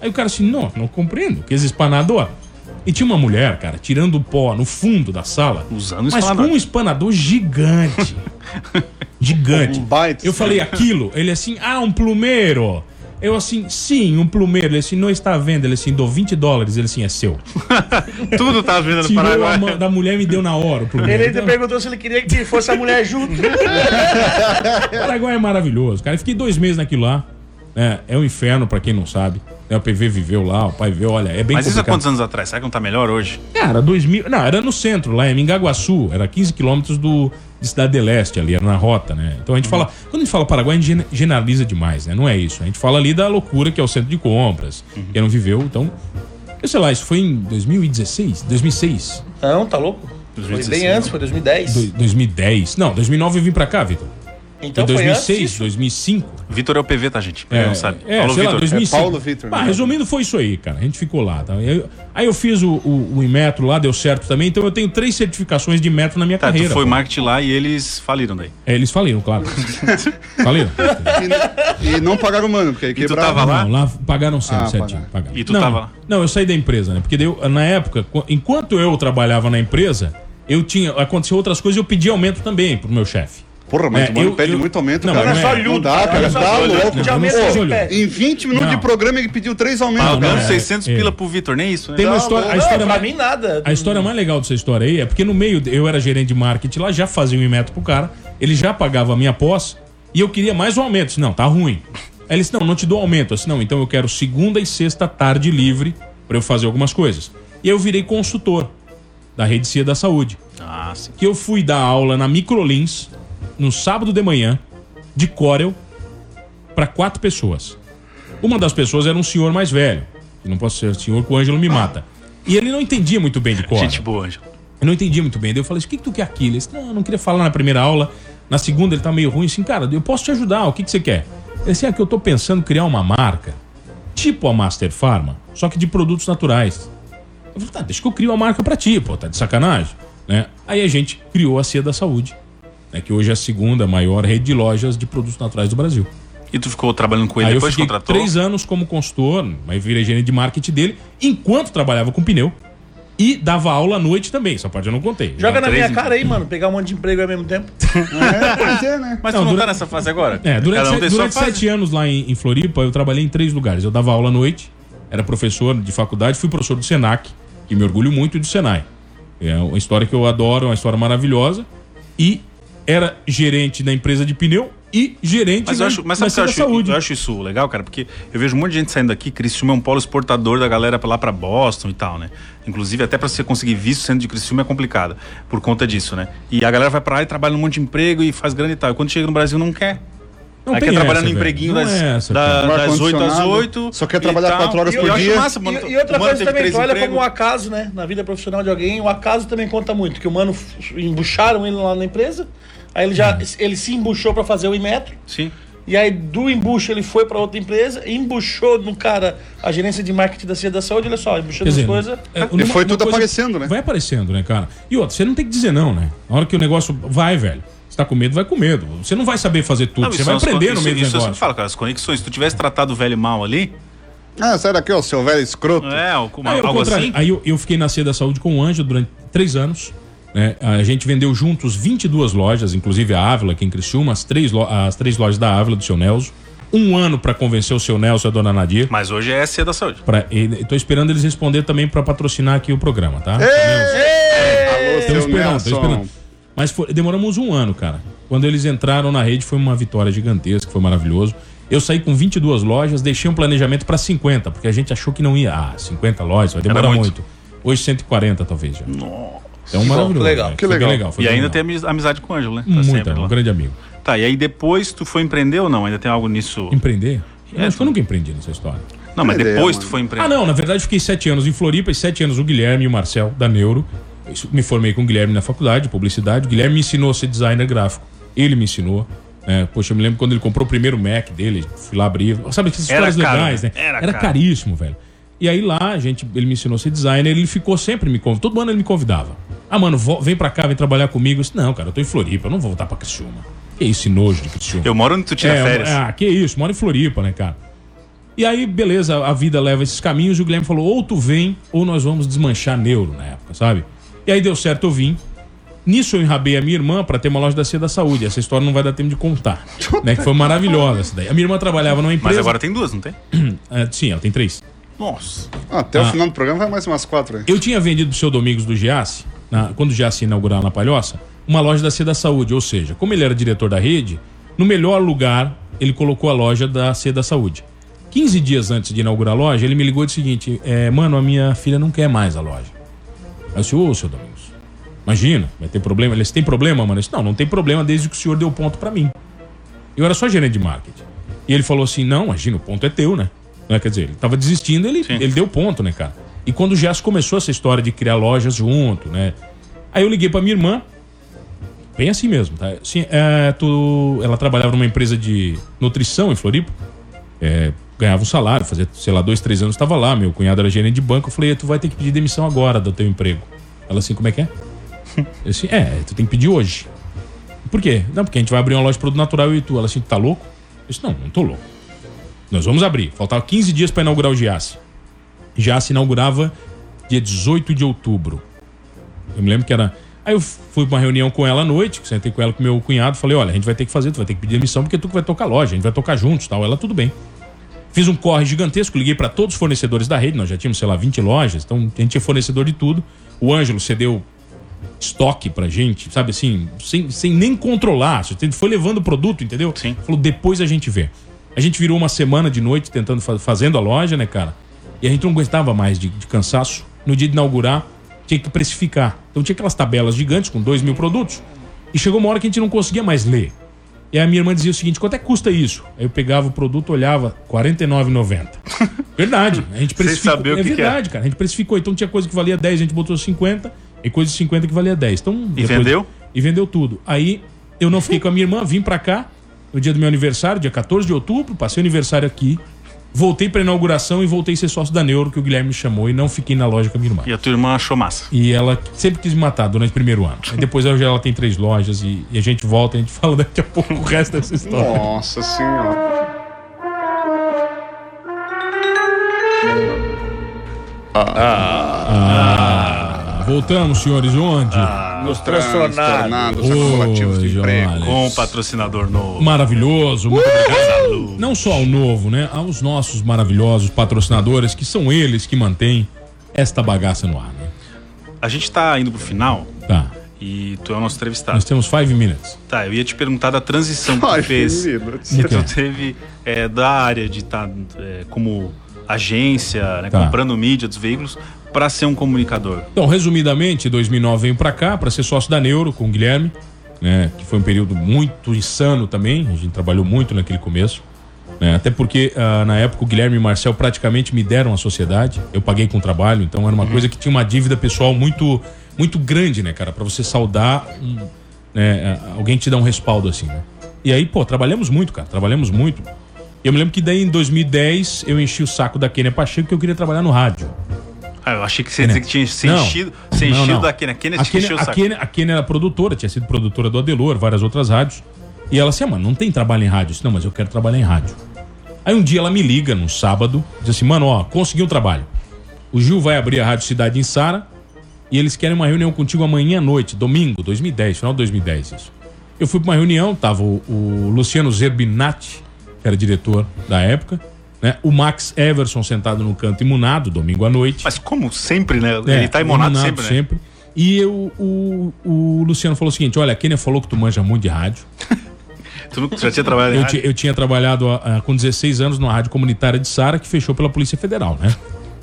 [SPEAKER 7] Aí o cara assim, não, não compreendo, que é esse espanador. E tinha uma mulher, cara, tirando pó no fundo da sala,
[SPEAKER 8] Usando
[SPEAKER 7] mas com
[SPEAKER 8] espanador.
[SPEAKER 7] um espanador gigante. gigante.
[SPEAKER 3] Um baita
[SPEAKER 7] Eu falei aquilo, ele assim, ah, um plumeiro. Eu assim, sim, um plumeiro. Ele assim, não está à venda. Ele assim, dou 20 dólares. Ele assim, é seu.
[SPEAKER 8] Tudo tá vindo do
[SPEAKER 7] Tirou a
[SPEAKER 8] Paraguai.
[SPEAKER 7] mão da mulher e me deu na hora o plumeiro. Então,
[SPEAKER 9] Ele ainda perguntou se ele queria que fosse a mulher junto.
[SPEAKER 7] O Paraguai é maravilhoso, cara. Eu fiquei dois meses naquilo lá. É, é um inferno, pra quem não sabe. É, O PV viveu lá, o pai viveu, olha, é bem
[SPEAKER 8] Mas isso há
[SPEAKER 7] complicado.
[SPEAKER 8] quantos anos atrás? Será que não tá melhor hoje?
[SPEAKER 7] Cara, 2000. Não, era no centro, lá em Mingaguaçu. Era 15 quilômetros do, de Cidade de Leste, ali, era na rota, né? Então a gente fala. Quando a gente fala Paraguai, a gente gene- generaliza demais, né? Não é isso. A gente fala ali da loucura que é o centro de compras. Que não viveu, então. Eu sei lá, isso foi em 2016, 2006,
[SPEAKER 9] Não, tá louco? Foi
[SPEAKER 8] 2016,
[SPEAKER 9] bem antes, foi 2010.
[SPEAKER 7] do- 2010. Não, 2009 eu vim pra cá, Vitor. Foi
[SPEAKER 9] Então foi antes
[SPEAKER 7] 2006,
[SPEAKER 9] disso.
[SPEAKER 7] 2005.
[SPEAKER 8] Vitor é o PV, tá, gente? Pra quem não sabe.
[SPEAKER 7] É,
[SPEAKER 8] Paulo
[SPEAKER 7] sei lá,
[SPEAKER 8] Vitor.
[SPEAKER 7] 2005.
[SPEAKER 3] É Paulo Vitor,
[SPEAKER 7] Mas,
[SPEAKER 3] né?
[SPEAKER 7] resumindo, foi isso aí, cara. A gente ficou lá. Tá? Eu- aí eu fiz o, o, o Inmetro lá, deu certo também. Então eu tenho três certificações de metro na minha
[SPEAKER 8] Tá, tu
[SPEAKER 7] carreira.
[SPEAKER 8] foi
[SPEAKER 7] pô.
[SPEAKER 8] marketing lá e eles faliram daí.
[SPEAKER 7] É, eles faliram, claro. faliram.
[SPEAKER 3] E, e não pagaram o mano, porque
[SPEAKER 8] tu
[SPEAKER 3] quebraram.
[SPEAKER 8] tava lá?
[SPEAKER 7] Não, lá pagaram certo,
[SPEAKER 3] Ah,
[SPEAKER 7] certinho.
[SPEAKER 3] pagaram.
[SPEAKER 7] pagaram.
[SPEAKER 8] E tu
[SPEAKER 7] não,
[SPEAKER 8] tava lá?
[SPEAKER 7] Não, eu saí da empresa, né? Porque daí eu- na época, qu- enquanto eu trabalhava na empresa, eu tinha. Aconteceu outras coisas e eu pedi aumento também pro meu chefe.
[SPEAKER 3] Porra, mas
[SPEAKER 7] É,
[SPEAKER 3] o mano
[SPEAKER 7] eu-
[SPEAKER 3] pede
[SPEAKER 7] eu-
[SPEAKER 3] muito aumento,
[SPEAKER 7] Não,
[SPEAKER 3] cara.
[SPEAKER 7] não é. Olha
[SPEAKER 3] Não dá, cara. Tá louco.
[SPEAKER 7] Não, não seja olhudo.
[SPEAKER 3] Pô, Em 20 minutos
[SPEAKER 7] Não.
[SPEAKER 3] de programa ele pediu três aumentos,
[SPEAKER 8] Pagou
[SPEAKER 7] não,
[SPEAKER 3] cara.
[SPEAKER 7] é,
[SPEAKER 8] 600
[SPEAKER 7] é.
[SPEAKER 8] pila pro Vitor, nem isso, né?
[SPEAKER 7] Tem uma história. A
[SPEAKER 9] Não,
[SPEAKER 7] história é
[SPEAKER 9] pra
[SPEAKER 7] mais-
[SPEAKER 9] mim nada.
[SPEAKER 7] A história mais legal dessa história aí é porque no meio, eu era gerente de marketing lá, já fazia um metro pro cara, ele já pagava a minha pós e eu queria mais um aumento. Eu disse, não, tá ruim. Aí ele disse, não, não te dou aumento. Eu disse, não, então eu quero segunda e sexta tarde livre pra eu fazer algumas coisas. E aí eu virei consultor da Rede Cia da Saúde.
[SPEAKER 8] Ah, sim.
[SPEAKER 7] Que eu fui dar aula na Microlins no sábado de manhã de Corel pra quatro pessoas. Uma das pessoas era um senhor mais velho. que Não posso ser o senhor que o Ângelo me mata. E ele não entendia muito bem de Corel.
[SPEAKER 8] Gente boa, Ângelo.
[SPEAKER 7] Eu não entendi muito bem. Daí eu falei assim, o que, que tu quer aqui? Ele disse, não, eu não queria falar na primeira aula. Na segunda ele tá meio ruim. Assim, cara, eu posso te ajudar. O que, que você quer? Ele disse, é que eu tô pensando em criar uma marca, tipo a Master Pharma, só que de produtos naturais. Eu falei, tá, deixa que eu crio a marca pra ti, pô, tá de sacanagem. Né? Aí a gente criou a Cia da Saúde, né, que hoje é a segunda maior rede de lojas de produtos naturais do Brasil.
[SPEAKER 8] E tu ficou trabalhando com ele
[SPEAKER 7] Aí eu
[SPEAKER 8] depois te
[SPEAKER 7] fiquei
[SPEAKER 8] contratou?
[SPEAKER 7] três anos como consultor, aí virei gerente de marketing dele, enquanto trabalhava com pneu. E dava aula à noite também, essa parte eu não contei.
[SPEAKER 9] Joga na
[SPEAKER 8] Três,
[SPEAKER 9] minha cara aí, mano. Pegar um monte de emprego ao mesmo tempo.
[SPEAKER 3] É, pois é, né?
[SPEAKER 8] Mas
[SPEAKER 7] Não,
[SPEAKER 8] tu não
[SPEAKER 7] dura-
[SPEAKER 8] tá nessa fase agora?
[SPEAKER 7] É, durante,
[SPEAKER 8] Cada um
[SPEAKER 7] se-
[SPEAKER 8] tem sua
[SPEAKER 7] durante
[SPEAKER 8] fase.
[SPEAKER 7] sete anos lá em, em Floripa, eu trabalhei em três lugares. Eu dava aula à noite, era professor de faculdade, fui professor do SENAC, que me orgulho muito do SENAI. É uma história que eu adoro, é uma história maravilhosa. E era gerente da empresa de pneu e gerente
[SPEAKER 8] Mas,
[SPEAKER 7] da,
[SPEAKER 8] eu acho, mas
[SPEAKER 7] da
[SPEAKER 8] sabe o que eu
[SPEAKER 7] Cia da
[SPEAKER 8] acho,
[SPEAKER 7] saúde.
[SPEAKER 8] eu acho isso legal, cara? Porque eu vejo um monte de gente saindo daqui. Criciúma é um polo exportador da galera pra lá pra Boston e tal, né? Inclusive, até pra você conseguir visto sendo de Criciúma é complicado por conta disso, né? E a galera vai pra lá e trabalha num monte de emprego e faz grana e tal. E quando chega no Brasil, não quer.
[SPEAKER 7] Não
[SPEAKER 8] Aí
[SPEAKER 7] tem
[SPEAKER 8] quer trabalhar
[SPEAKER 7] essa,
[SPEAKER 8] no
[SPEAKER 7] velho.
[SPEAKER 8] empreguinho
[SPEAKER 7] Não
[SPEAKER 8] das,
[SPEAKER 7] é essa,
[SPEAKER 8] da-
[SPEAKER 7] cara.
[SPEAKER 3] No
[SPEAKER 8] das 8 às
[SPEAKER 3] Um ar-condicionado,
[SPEAKER 8] 8.
[SPEAKER 3] só quer
[SPEAKER 8] e
[SPEAKER 3] trabalhar
[SPEAKER 8] tal.
[SPEAKER 3] quatro horas
[SPEAKER 8] E eu
[SPEAKER 3] por
[SPEAKER 8] acho
[SPEAKER 3] dia.
[SPEAKER 8] massa, mano.
[SPEAKER 9] E,
[SPEAKER 7] tá
[SPEAKER 9] e outra
[SPEAKER 8] O mano
[SPEAKER 9] coisa
[SPEAKER 8] teve
[SPEAKER 9] também,
[SPEAKER 8] três
[SPEAKER 9] tu olha como o
[SPEAKER 8] empregos.
[SPEAKER 9] acaso, né? Na vida profissional de alguém, o acaso também conta muito. Que o mano f- embucharam ele lá na empresa, aí ele
[SPEAKER 7] Hum.
[SPEAKER 9] já ele se embuchou pra fazer o Inmetro,
[SPEAKER 8] Sim.
[SPEAKER 9] e aí do embucho ele foi pra outra empresa, embuchou no cara a gerência de marketing da Cidade da Saúde, olha só, embuchou
[SPEAKER 7] Quer
[SPEAKER 9] as
[SPEAKER 7] dizer,
[SPEAKER 9] coisas.
[SPEAKER 7] é,
[SPEAKER 3] E foi
[SPEAKER 7] uma
[SPEAKER 3] tudo aparecendo, né?
[SPEAKER 7] Vai aparecendo, né, cara? E outra, você não tem que dizer não, né? Na hora que o negócio vai, velho. Você tá com medo, vai com medo. Você não vai saber fazer tudo. você
[SPEAKER 8] isso
[SPEAKER 7] vai
[SPEAKER 8] é umas con-
[SPEAKER 7] aprender no
[SPEAKER 8] isso-
[SPEAKER 7] meio do
[SPEAKER 8] Isso eu sempre
[SPEAKER 7] negócio.
[SPEAKER 8] falo, cara. As conexões. Se tu tivesse tratado o velho mal ali,
[SPEAKER 3] Ah, sai daqui, ó, seu velho escroto.
[SPEAKER 8] é alguma,
[SPEAKER 7] Aí, Ah, ao
[SPEAKER 8] algo
[SPEAKER 7] contrário,
[SPEAKER 8] assim.
[SPEAKER 7] aí eu, eu fiquei na Cia da Saúde com o Anjo durante três anos. né? A gente vendeu juntos 22 lojas, inclusive a Ávila aqui em Criciúma, as três, lo- as três lojas da Ávila do seu Nelson. Um ano pra convencer o seu Nelson e a dona Nadir.
[SPEAKER 8] Mas hoje é C da saúde.
[SPEAKER 7] Pra, e, tô esperando eles responder também pra patrocinar aqui o programa, tá?
[SPEAKER 3] Alô,
[SPEAKER 7] Estamos
[SPEAKER 3] seu
[SPEAKER 7] esperando, estamos
[SPEAKER 3] um Nelson.
[SPEAKER 7] esperando. Mas foi- demoramos um ano, cara. Quando eles entraram na rede, foi uma vitória gigantesca, foi maravilhoso. Eu saí com 22 lojas, deixei um planejamento para 50, porque a gente achou que não ia. Ah, 50 lojas, vai demorar
[SPEAKER 8] muito.
[SPEAKER 7] muito. Hoje 140, talvez já. Então, maravilhoso.
[SPEAKER 9] legal.
[SPEAKER 7] velho.
[SPEAKER 3] Que
[SPEAKER 7] Foi bem
[SPEAKER 3] legal.
[SPEAKER 7] foi
[SPEAKER 8] E
[SPEAKER 7] bem
[SPEAKER 8] ainda tem
[SPEAKER 7] legal.
[SPEAKER 8] amiz- amizade com o Ângelo, né? Tá
[SPEAKER 7] Muito, é um grande amigo.
[SPEAKER 8] Tá, e aí depois tu foi empreender ou não? Ainda tem algo nisso?
[SPEAKER 7] Empreender? Eu
[SPEAKER 8] É,
[SPEAKER 7] acho que
[SPEAKER 8] tu-
[SPEAKER 7] eu nunca empreendi nessa história.
[SPEAKER 8] Não, mas
[SPEAKER 3] Empreender,
[SPEAKER 8] depois
[SPEAKER 3] mano.
[SPEAKER 8] tu foi
[SPEAKER 7] Ah,
[SPEAKER 8] empreender.
[SPEAKER 7] não, na verdade fiquei sete anos em Floripa e sete anos o Guilherme e o Marcel da Neuro. Isso, Me formei com o Guilherme na faculdade, de publicidade. O Guilherme me ensinou a ser designer gráfico. Ele me ensinou. né? poxa, eu me lembro quando ele comprou o primeiro Mac dele, fui lá abrir. Sabe essas
[SPEAKER 8] Era
[SPEAKER 7] histórias
[SPEAKER 8] caro,
[SPEAKER 7] legais, né?
[SPEAKER 8] né? Era caro.
[SPEAKER 7] caríssimo, velho. E aí lá, a gente, ele me ensinou a ser designer, ele ficou sempre me convidando. Todo ano ele me convidava. Ah, mano, vo- vem pra cá, vem trabalhar comigo. Eu disse, não, cara, eu tô em Floripa, eu não vou voltar pra Criciúma. Que isso, esse nojo de Criciúma.
[SPEAKER 8] Eu moro onde tu tira
[SPEAKER 7] É,
[SPEAKER 8] férias.
[SPEAKER 7] Ah, que isso, mora em Floripa, né, cara? E aí, beleza, a vida leva esses caminhos. E o Guilherme falou: ou tu vem, ou nós vamos desmanchar neuro na época, sabe? E aí deu certo, eu vim. Nisso eu enrabei a minha irmã pra ter uma loja da Cia da Saúde. Essa história não vai dar tempo de contar. né? Que foi maravilhosa essa daí. A minha irmã trabalhava numa empresa.
[SPEAKER 8] Mas agora tem duas, não tem?
[SPEAKER 7] Ah, sim, ela tem três.
[SPEAKER 8] Nossa.
[SPEAKER 3] Ah, até o final do programa vai mais umas quatro aí.
[SPEAKER 7] Eu tinha vendido pro seu Domingos do Giassi, na- quando o Giassi inaugurava na Palhoça, uma loja da C da Saúde. Ou seja, como ele era diretor da rede, no melhor lugar ele colocou a loja da C da Saúde. 15 dias antes de inaugurar a loja, ele me ligou e disse o seguinte: eh, Mano, a minha filha não quer mais a loja. Aí eu disse: Ô, seu Domingos, imagina, vai ter problema. Ele disse: Tem problema, mano? Eu disse: Não, não tem problema desde que o senhor deu ponto pra mim. Eu era só gerente de marketing. E ele falou assim: não, imagina, o ponto é teu, né? Não é, Quer dizer, ele tava desistindo, ele, ele deu ponto, né, cara? E quando o Gias começou essa história de criar lojas junto, né? Aí eu liguei pra minha irmã, bem assim mesmo, tá? Assim, é, tu, ela trabalhava numa empresa de nutrição em Floripa, é, ganhava um salário, fazia, sei lá, dois, três anos tava lá, meu cunhado era gerente de banco, eu falei, "É, tu vai ter que pedir demissão agora do teu emprego. Ela assim, como é que é? Eu assim, é, tu tem que pedir hoje. Por quê? Não, porque a gente vai abrir uma loja de produto natural eu e tu. Ela assim, tu tá louco? Eu disse, não, não tô louco. Nós vamos abrir. Faltava 15 dias pra inaugurar o Giasse. Giasse inaugurava dia 18 de outubro. Eu me lembro que era. Aí eu fui pra uma reunião com ela à noite, sentei com ela com meu cunhado, falei, olha, a gente vai ter que fazer, tu vai ter que pedir demissão, porque tu que vai tocar a loja, a gente vai tocar juntos tal. Ela, tudo bem. Fiz um corre gigantesco, liguei para todos os fornecedores da rede, nós já tínhamos, sei lá, 20 lojas, então a gente tinha fornecedor de tudo. O Ângelo cedeu estoque pra gente, sabe assim, sem, sem nem controlar. Você tem- Foi levando o produto, entendeu?
[SPEAKER 8] Sim.
[SPEAKER 7] Falou, depois a gente vê. A gente virou uma semana de noite tentando, fa- fazendo a loja, né, cara? E a gente não aguentava mais de, de cansaço. No dia de inaugurar, tinha que precificar. Então tinha aquelas tabelas gigantes com dois mil produtos. E chegou uma hora que a gente não conseguia mais ler. E a minha irmã dizia o seguinte: quanto é que custa isso? Aí eu pegava o produto, olhava, R$ 49,90. Verdade. A gente precificou.
[SPEAKER 8] saber o
[SPEAKER 7] é
[SPEAKER 8] que que é.
[SPEAKER 7] verdade, cara. A gente precificou. Então tinha coisa que valia 10, a gente botou 50, e coisa de 50 que valia 10. Então,
[SPEAKER 8] E vendeu? Uhum.
[SPEAKER 7] E vendeu tudo. Aí eu não fiquei com a minha irmã, vim pra cá no dia do meu aniversário, dia 14 de outubro, passei o aniversário aqui. Voltei pra inauguração e voltei a ser sócio da Neuro, que o Guilherme me chamou, e não fiquei na loja com a minha irmã.
[SPEAKER 8] E a tua irmã achou massa.
[SPEAKER 7] E ela sempre quis me matar durante o primeiro ano. Aí depois hoje ela tem três lojas e, e a gente volta e a gente fala daqui a pouco o resto dessa história.
[SPEAKER 3] Nossa senhora.
[SPEAKER 7] Voltamos, senhores, onde?
[SPEAKER 3] Nos
[SPEAKER 7] Ah,
[SPEAKER 3] transtornados, tornados, acumulativos Ah, de
[SPEAKER 7] Hoje,
[SPEAKER 3] emprego. Uh!
[SPEAKER 7] olha.
[SPEAKER 8] Com um patrocinador novo.
[SPEAKER 7] Maravilhoso, muito obrigado. Não só ao novo, né? Aos nossos maravilhosos patrocinadores, que são eles que mantêm esta bagaça no ar, né?
[SPEAKER 8] A gente tá indo pro final
[SPEAKER 7] Tá.
[SPEAKER 8] e tu é o nosso entrevistado.
[SPEAKER 7] Nós temos five minutes.
[SPEAKER 8] Tá, eu ia te perguntar da transição que
[SPEAKER 3] Ai,
[SPEAKER 8] tu fez.
[SPEAKER 3] menino.
[SPEAKER 8] Que tu
[SPEAKER 7] Então.
[SPEAKER 8] teve é, da área de estar como agência, né,
[SPEAKER 7] Tá.
[SPEAKER 8] comprando mídia dos veículos, pra ser um comunicador.
[SPEAKER 7] Então, resumidamente, 2009 veio pra cá pra ser sócio da Neuro com o Guilherme, né? Que foi um período muito insano também. A gente trabalhou muito naquele começo. né? Até porque, ah, na época, o Guilherme e o Marcel praticamente me deram a sociedade. Eu paguei com trabalho, então era uma coisa que tinha uma dívida pessoal muito, muito grande, né, cara? Pra você saudar, um, né, ah, alguém te dá um respaldo assim, né? E aí, pô, trabalhamos muito, cara. Trabalhamos muito. E eu me lembro que daí, em 2010, eu enchi o saco da Kênia Pacheco que eu queria trabalhar no rádio.
[SPEAKER 8] Ah, eu achei que você ia dizer que tinha se
[SPEAKER 7] Não.
[SPEAKER 8] enchido, se
[SPEAKER 7] Não,
[SPEAKER 8] enchido
[SPEAKER 7] não.
[SPEAKER 8] da Kenia. A Kenia
[SPEAKER 7] A
[SPEAKER 8] te né? encheu o
[SPEAKER 7] a
[SPEAKER 8] saco.
[SPEAKER 7] Kenia- a Kenia era produtora, tinha sido produtora do Adelor, várias outras rádios. E ela assim, ah, mano, não tem trabalho em rádio. Eu disse, não, mas eu quero trabalhar em rádio. Aí um dia ela me liga, num sábado, diz assim, mano, ó, consegui um trabalho. O Gil vai abrir a Rádio Cidade em Sara e eles querem uma reunião contigo amanhã à noite, domingo, 2010, final de 2010 isso. Eu fui pra uma reunião, tava o, o Luciano Zerbinati, que era diretor da época, né? O Max Everson sentado no canto imunado, domingo à noite.
[SPEAKER 8] Mas como sempre, né?
[SPEAKER 7] É,
[SPEAKER 8] Ele tá imunado
[SPEAKER 7] imunado
[SPEAKER 8] sempre, né?
[SPEAKER 7] E eu, o, o Luciano falou o seguinte: olha, a Kenia falou que tu manja muito de rádio.
[SPEAKER 8] Tu nunca- já tinha trabalhado em
[SPEAKER 7] Eu,
[SPEAKER 8] rádio?
[SPEAKER 7] ti- eu tinha trabalhado ah, ah, com 16 anos numa rádio comunitária de Sara que fechou pela Polícia Federal, né?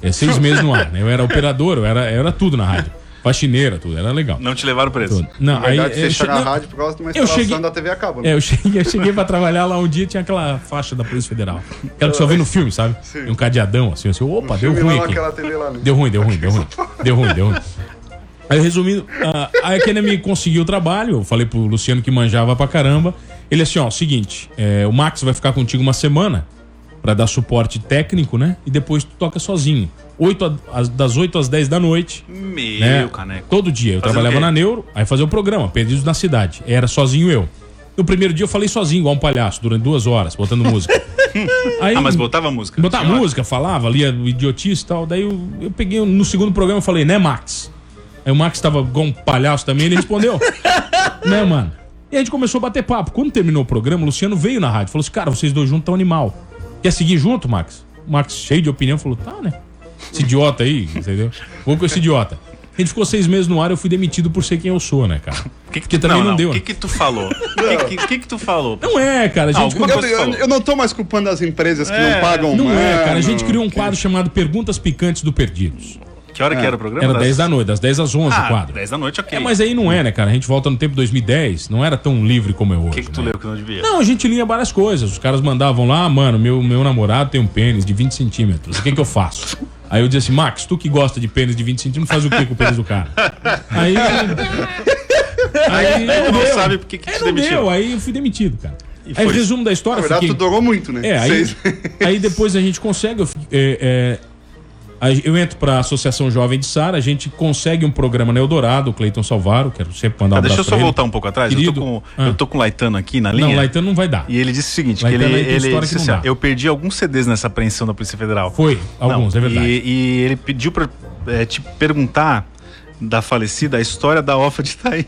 [SPEAKER 7] É seis meses no ar, né? Eu era operador, eu era, eu era tudo na rádio. Faxineira, tudo, era legal.
[SPEAKER 8] Não te levaram preso.
[SPEAKER 7] Tudo. Não,
[SPEAKER 3] Na verdade,
[SPEAKER 7] eu
[SPEAKER 3] fecharam
[SPEAKER 7] che-
[SPEAKER 3] a
[SPEAKER 7] não,
[SPEAKER 3] rádio por causa de uma
[SPEAKER 7] eu
[SPEAKER 3] instalação
[SPEAKER 7] cheguei-
[SPEAKER 3] da TV a cabo. né?
[SPEAKER 7] É, eu cheguei, eu cheguei pra trabalhar lá um dia tinha aquela faixa da Polícia Federal. Aquela que só vê no filme, sabe? Um cadeadão, assim, assim, opa, deu
[SPEAKER 3] Filme
[SPEAKER 7] ruim
[SPEAKER 3] lá
[SPEAKER 7] aqui.
[SPEAKER 3] naquela TV lá, né?
[SPEAKER 7] Deu ruim, deu ruim, deu ruim. Deu ruim, deu ruim. Aí, resumindo, ah, aí a Kenia me conseguiu o trabalho. Eu falei pro Luciano que manjava pra caramba. Ele assim: ó, seguinte, é, o Max vai ficar contigo uma semana pra dar suporte técnico, né? E depois tu toca sozinho. Oito a- às- das 8 às 10 da noite.
[SPEAKER 8] Meu
[SPEAKER 7] né?
[SPEAKER 8] caneco.
[SPEAKER 7] Todo dia. Eu
[SPEAKER 8] Fazendo
[SPEAKER 7] trabalhava
[SPEAKER 8] o quê?
[SPEAKER 7] na Neuro, aí fazia o programa, Perdidos um na Cidade. Era sozinho eu. No primeiro dia eu falei sozinho, igual um palhaço, durante duas horas, botando música. Aí-
[SPEAKER 8] Ah, mas botava música.
[SPEAKER 7] Botar
[SPEAKER 8] Tinha lá.
[SPEAKER 7] música, falava, lia idiotice e tal. Daí eu, eu peguei no segundo programa e falei, né, Max? Aí o Max tava igual um palhaço também, ele respondeu, né, mano? E a gente começou a bater papo. Quando terminou o programa, o Luciano veio na rádio falou assim: cara, vocês dois juntos tão animal. Quer seguir junto, Max? O Max, cheio de opinião, falou: tá, né? Esse idiota aí, entendeu? Vou com esse idiota. A gente ficou seis meses no ar eu fui demitido por ser quem eu sou, né, cara?
[SPEAKER 8] O que, que
[SPEAKER 7] Porque
[SPEAKER 8] tu
[SPEAKER 7] também
[SPEAKER 8] não,
[SPEAKER 7] não
[SPEAKER 8] não,
[SPEAKER 7] deu,
[SPEAKER 8] O
[SPEAKER 7] né?
[SPEAKER 8] que, que tu falou? O que, que, que que tu falou?
[SPEAKER 7] Não é, cara. A gente
[SPEAKER 8] Alguma
[SPEAKER 3] Eu,
[SPEAKER 8] coisa
[SPEAKER 3] eu-
[SPEAKER 8] falou.
[SPEAKER 3] eu não tô mais culpando as empresas que não pagam
[SPEAKER 7] Não é, cara. A
[SPEAKER 3] mano.
[SPEAKER 7] gente criou um quadro chamado Perguntas Picantes do Perdidos.
[SPEAKER 8] Que hora que era o programa?
[SPEAKER 7] É. Era
[SPEAKER 8] Das-
[SPEAKER 7] 10 da noite, das 10 às 11 o
[SPEAKER 8] Ah,
[SPEAKER 7] quadro.
[SPEAKER 8] 10 da noite, ok.
[SPEAKER 7] É, mas aí não é, né, cara? A gente volta no tempo 2010, não era tão livre como é hoje.
[SPEAKER 8] O que, que tu
[SPEAKER 7] né?
[SPEAKER 8] leu que não devia?
[SPEAKER 7] Não, a gente lia várias coisas. Os caras mandavam lá, "Ah, mano, meu, meu namorado tem um pênis de 20 centímetros, o que, que eu faço? Aí eu dizia assim, Max, tu que gosta de pênis de 20 centímetros, faz o que com o pênis do cara? Aí. Aí
[SPEAKER 8] Tu não
[SPEAKER 7] deu.
[SPEAKER 8] sabe por que que
[SPEAKER 7] Aí
[SPEAKER 8] te
[SPEAKER 7] não deu,
[SPEAKER 8] demitiu.
[SPEAKER 7] aí eu fui demitido, cara. aí
[SPEAKER 8] foi.
[SPEAKER 7] resumo da história,
[SPEAKER 3] Na verdade,
[SPEAKER 7] fiquei-
[SPEAKER 3] tu durou muito, né?
[SPEAKER 7] um é, aí,
[SPEAKER 3] Seis-
[SPEAKER 7] aí depois a gente consegue. Eu, fi- é, é, aí eu entro pra Associação Jovem de Sara, a gente consegue um programa no Eldorado, o Cleiton Salvaro, quero sempre mandar um
[SPEAKER 8] Ah,
[SPEAKER 7] abraço
[SPEAKER 8] deixa eu só
[SPEAKER 7] pra ele.
[SPEAKER 8] voltar um pouco atrás. Eu tô,
[SPEAKER 7] Querido.
[SPEAKER 8] com,
[SPEAKER 7] Ah.
[SPEAKER 8] eu tô com o Laetano aqui na linha.
[SPEAKER 7] Não, Laitano não vai dar.
[SPEAKER 8] E ele disse o seguinte, que ele,
[SPEAKER 7] Laetano aí tem
[SPEAKER 8] ele
[SPEAKER 7] história
[SPEAKER 8] disse
[SPEAKER 7] que
[SPEAKER 8] assim,
[SPEAKER 7] não
[SPEAKER 8] ó,
[SPEAKER 7] dá.
[SPEAKER 8] eu perdi alguns CDs nessa apreensão da Polícia Federal.
[SPEAKER 7] Foi, alguns,
[SPEAKER 8] Não,
[SPEAKER 7] é verdade.
[SPEAKER 8] E, e ele pediu pra eh, te perguntar da falecida a história da ofa de Itaí.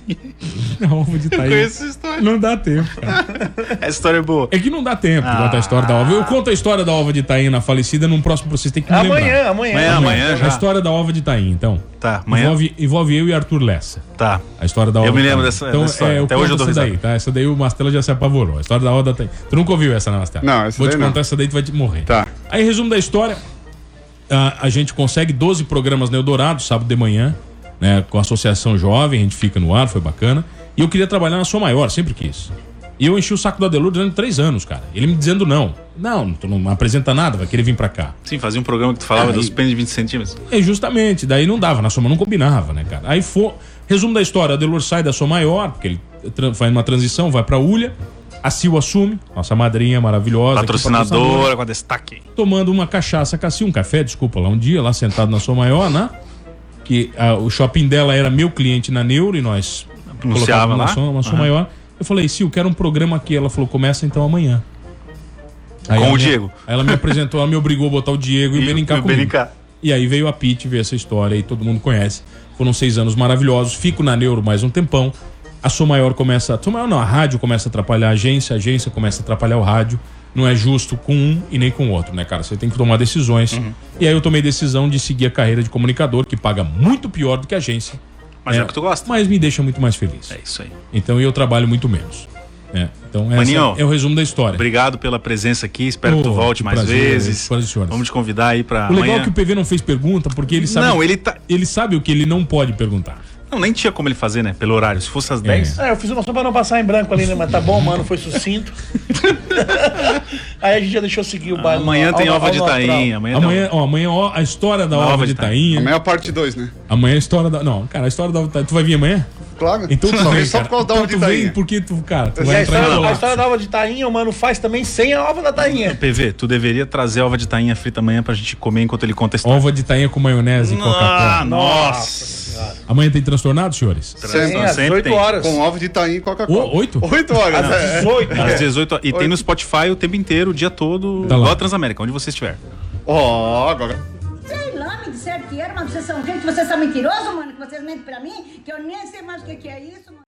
[SPEAKER 7] Não, vou editar aí.
[SPEAKER 8] essa história.
[SPEAKER 7] Não dá tempo, cara.
[SPEAKER 8] Essa história é boa.
[SPEAKER 7] É que não dá tempo de contar a história da ova. Eu conto a história da ova de Itaína falecida num próximo processo. Vocês têm que me
[SPEAKER 9] Amanhã,
[SPEAKER 7] lembrar.
[SPEAKER 9] amanhã.
[SPEAKER 8] Amanhã, amanhã
[SPEAKER 7] A
[SPEAKER 8] já.
[SPEAKER 7] história da ova de Itaína, então.
[SPEAKER 8] Tá, amanhã.
[SPEAKER 7] Envolve, envolve eu e Arthur Lessa.
[SPEAKER 8] Tá.
[SPEAKER 7] A história da
[SPEAKER 8] Eu
[SPEAKER 7] Oda tá Então,
[SPEAKER 8] me
[SPEAKER 7] Tainha.
[SPEAKER 8] lembro dessa- dessa história. Até
[SPEAKER 7] conto
[SPEAKER 8] hoje eu dou
[SPEAKER 7] essa daí,
[SPEAKER 8] risada.
[SPEAKER 7] tá? Essa daí o Mastela já se apavorou. A história da Oda tem. Tu nunca ouviu essa, né, Mastela?
[SPEAKER 3] Não, essa
[SPEAKER 7] Vou te
[SPEAKER 3] daí não.
[SPEAKER 7] contar essa daí, tu vai te morrer.
[SPEAKER 3] Tá.
[SPEAKER 7] Aí, resumo da história. Ah, A, a gente consegue 12 programas no Eldorado, sábado de manhã, né? Com a Associação Jovem, a gente fica no ar, foi bacana. E eu queria trabalhar na sua maior, sempre quis. E eu enchi o saco do Adelur durante três anos, cara. Ele me dizendo não. Não, tu não apresenta nada, vai querer vir pra cá.
[SPEAKER 8] Sim, fazia um programa que tu falava
[SPEAKER 7] Aí.
[SPEAKER 8] dos pênis de 20 centímetros.
[SPEAKER 7] É, justamente. Daí não dava, na soma não combinava, né, cara? Aí foi. Resumo da história: Adelor sai da sua maior, porque ele tra- faz uma transição, vai pra Ulha. A Sil assume, nossa madrinha maravilhosa. aqui,
[SPEAKER 8] Patrocinadora com a destaque.
[SPEAKER 7] Tomando uma cachaça, cassi, um café, desculpa, lá um dia, lá sentado na sua maior, né? Que ah, o shopping dela era meu cliente na Neuro e nós
[SPEAKER 8] Anunciava
[SPEAKER 7] colocávamos na
[SPEAKER 8] lá?
[SPEAKER 7] sua, na sua maior. Eu falei, Sil, quero um programa aqui. Ela falou, começa então amanhã. Aí
[SPEAKER 8] Com
[SPEAKER 7] ela me-
[SPEAKER 8] o Diego.
[SPEAKER 7] Aí ela me apresentou, ela me obrigou a botar o Diego e, o Benincá
[SPEAKER 8] o
[SPEAKER 7] comigo.
[SPEAKER 8] Benincá.
[SPEAKER 7] E aí veio a Pete ver essa história e todo mundo conhece. Foram seis anos maravilhosos. Fico na Neuro mais um tempão. A Som Maior começa. A Som Maior não, a rádio começa a atrapalhar a agência, a agência começa a atrapalhar o rádio. Não é justo com um e nem com o outro, né, cara? Você tem que tomar decisões.
[SPEAKER 8] Uhum.
[SPEAKER 7] E aí eu tomei decisão de seguir a carreira de comunicador, que paga muito pior do que a agência.
[SPEAKER 8] Mas é
[SPEAKER 7] né?
[SPEAKER 8] o que tu gosta.
[SPEAKER 7] Mas me deixa muito mais feliz.
[SPEAKER 8] É isso aí.
[SPEAKER 7] Então eu trabalho muito menos. né? Então essa
[SPEAKER 8] Maninho,
[SPEAKER 7] é o resumo da história.
[SPEAKER 8] Obrigado pela presença aqui. Espero que tu
[SPEAKER 7] Oh,
[SPEAKER 8] volte
[SPEAKER 7] que
[SPEAKER 8] mais
[SPEAKER 7] prazer,
[SPEAKER 8] vezes.
[SPEAKER 7] prazer, senhoras.
[SPEAKER 8] Vamos te convidar aí pra
[SPEAKER 7] O legal é
[SPEAKER 8] amanhã.
[SPEAKER 7] que o PV não fez pergunta, porque ele sabe,
[SPEAKER 8] Não, ele tá.
[SPEAKER 7] ele sabe o que ele não pode perguntar.
[SPEAKER 8] Não, nem tinha como ele fazer, né? Pelo horário. Se fosse
[SPEAKER 7] É.
[SPEAKER 8] às 10.
[SPEAKER 9] Ah, eu fiz uma só pra não passar em branco ali, né? Mas tá bom, mano, foi sucinto. Aí a gente já deixou seguir o baile.
[SPEAKER 8] Amanhã
[SPEAKER 9] ao-
[SPEAKER 8] tem
[SPEAKER 9] ao-
[SPEAKER 8] ova de
[SPEAKER 9] ao natural.
[SPEAKER 8] tainha. Amanhã, tem
[SPEAKER 7] Amanhã, ó, amanhã ó, a história da ova de
[SPEAKER 3] A
[SPEAKER 7] Tainha.
[SPEAKER 3] maior parte 2, né?
[SPEAKER 7] Amanhã é a história da. Não, cara, a história da ova de Tainha. Tu vai vir amanhã?
[SPEAKER 3] Claro.
[SPEAKER 7] Então tu
[SPEAKER 3] Só
[SPEAKER 7] vem.
[SPEAKER 3] só por
[SPEAKER 7] cara.
[SPEAKER 3] causa da
[SPEAKER 7] Então
[SPEAKER 3] onde
[SPEAKER 7] tu
[SPEAKER 3] tá
[SPEAKER 7] vem
[SPEAKER 3] aí.
[SPEAKER 7] porque tu, cara, tu
[SPEAKER 9] E a
[SPEAKER 7] vai entrar em
[SPEAKER 9] história, a
[SPEAKER 7] colapso.
[SPEAKER 9] história da ova de tainha, o mano faz também sem a ova da tainha.
[SPEAKER 8] PV, tu deveria trazer ova de tainha frita amanhã pra gente comer enquanto ele conta a história.
[SPEAKER 7] Ova de Tainha com maionese e
[SPEAKER 8] Ah,
[SPEAKER 7] Coca-Cola.
[SPEAKER 8] nossa!
[SPEAKER 7] Amanhã tem transtornado, senhores?
[SPEAKER 9] Sim,
[SPEAKER 3] Sempre.
[SPEAKER 9] às
[SPEAKER 8] sempre
[SPEAKER 9] 8
[SPEAKER 8] tem.
[SPEAKER 9] horas.
[SPEAKER 3] Com ovo de tainha e
[SPEAKER 7] Ô, Ah,
[SPEAKER 3] Coca-Cola.
[SPEAKER 7] oito?
[SPEAKER 3] 8 horas, é.
[SPEAKER 9] Às 18
[SPEAKER 8] Às 18 horas. E tem no Spotify o tempo inteiro, o dia todo,
[SPEAKER 7] Tá lá.
[SPEAKER 8] igual a Transamérica, onde você estiver.
[SPEAKER 3] Ó, agora.
[SPEAKER 6] Sei lá, me disseram que era, mas vocês são gente, vocês são mentirosos, mano, que vocês mentem pra mim, que eu nem sei mais o que que é isso, mano.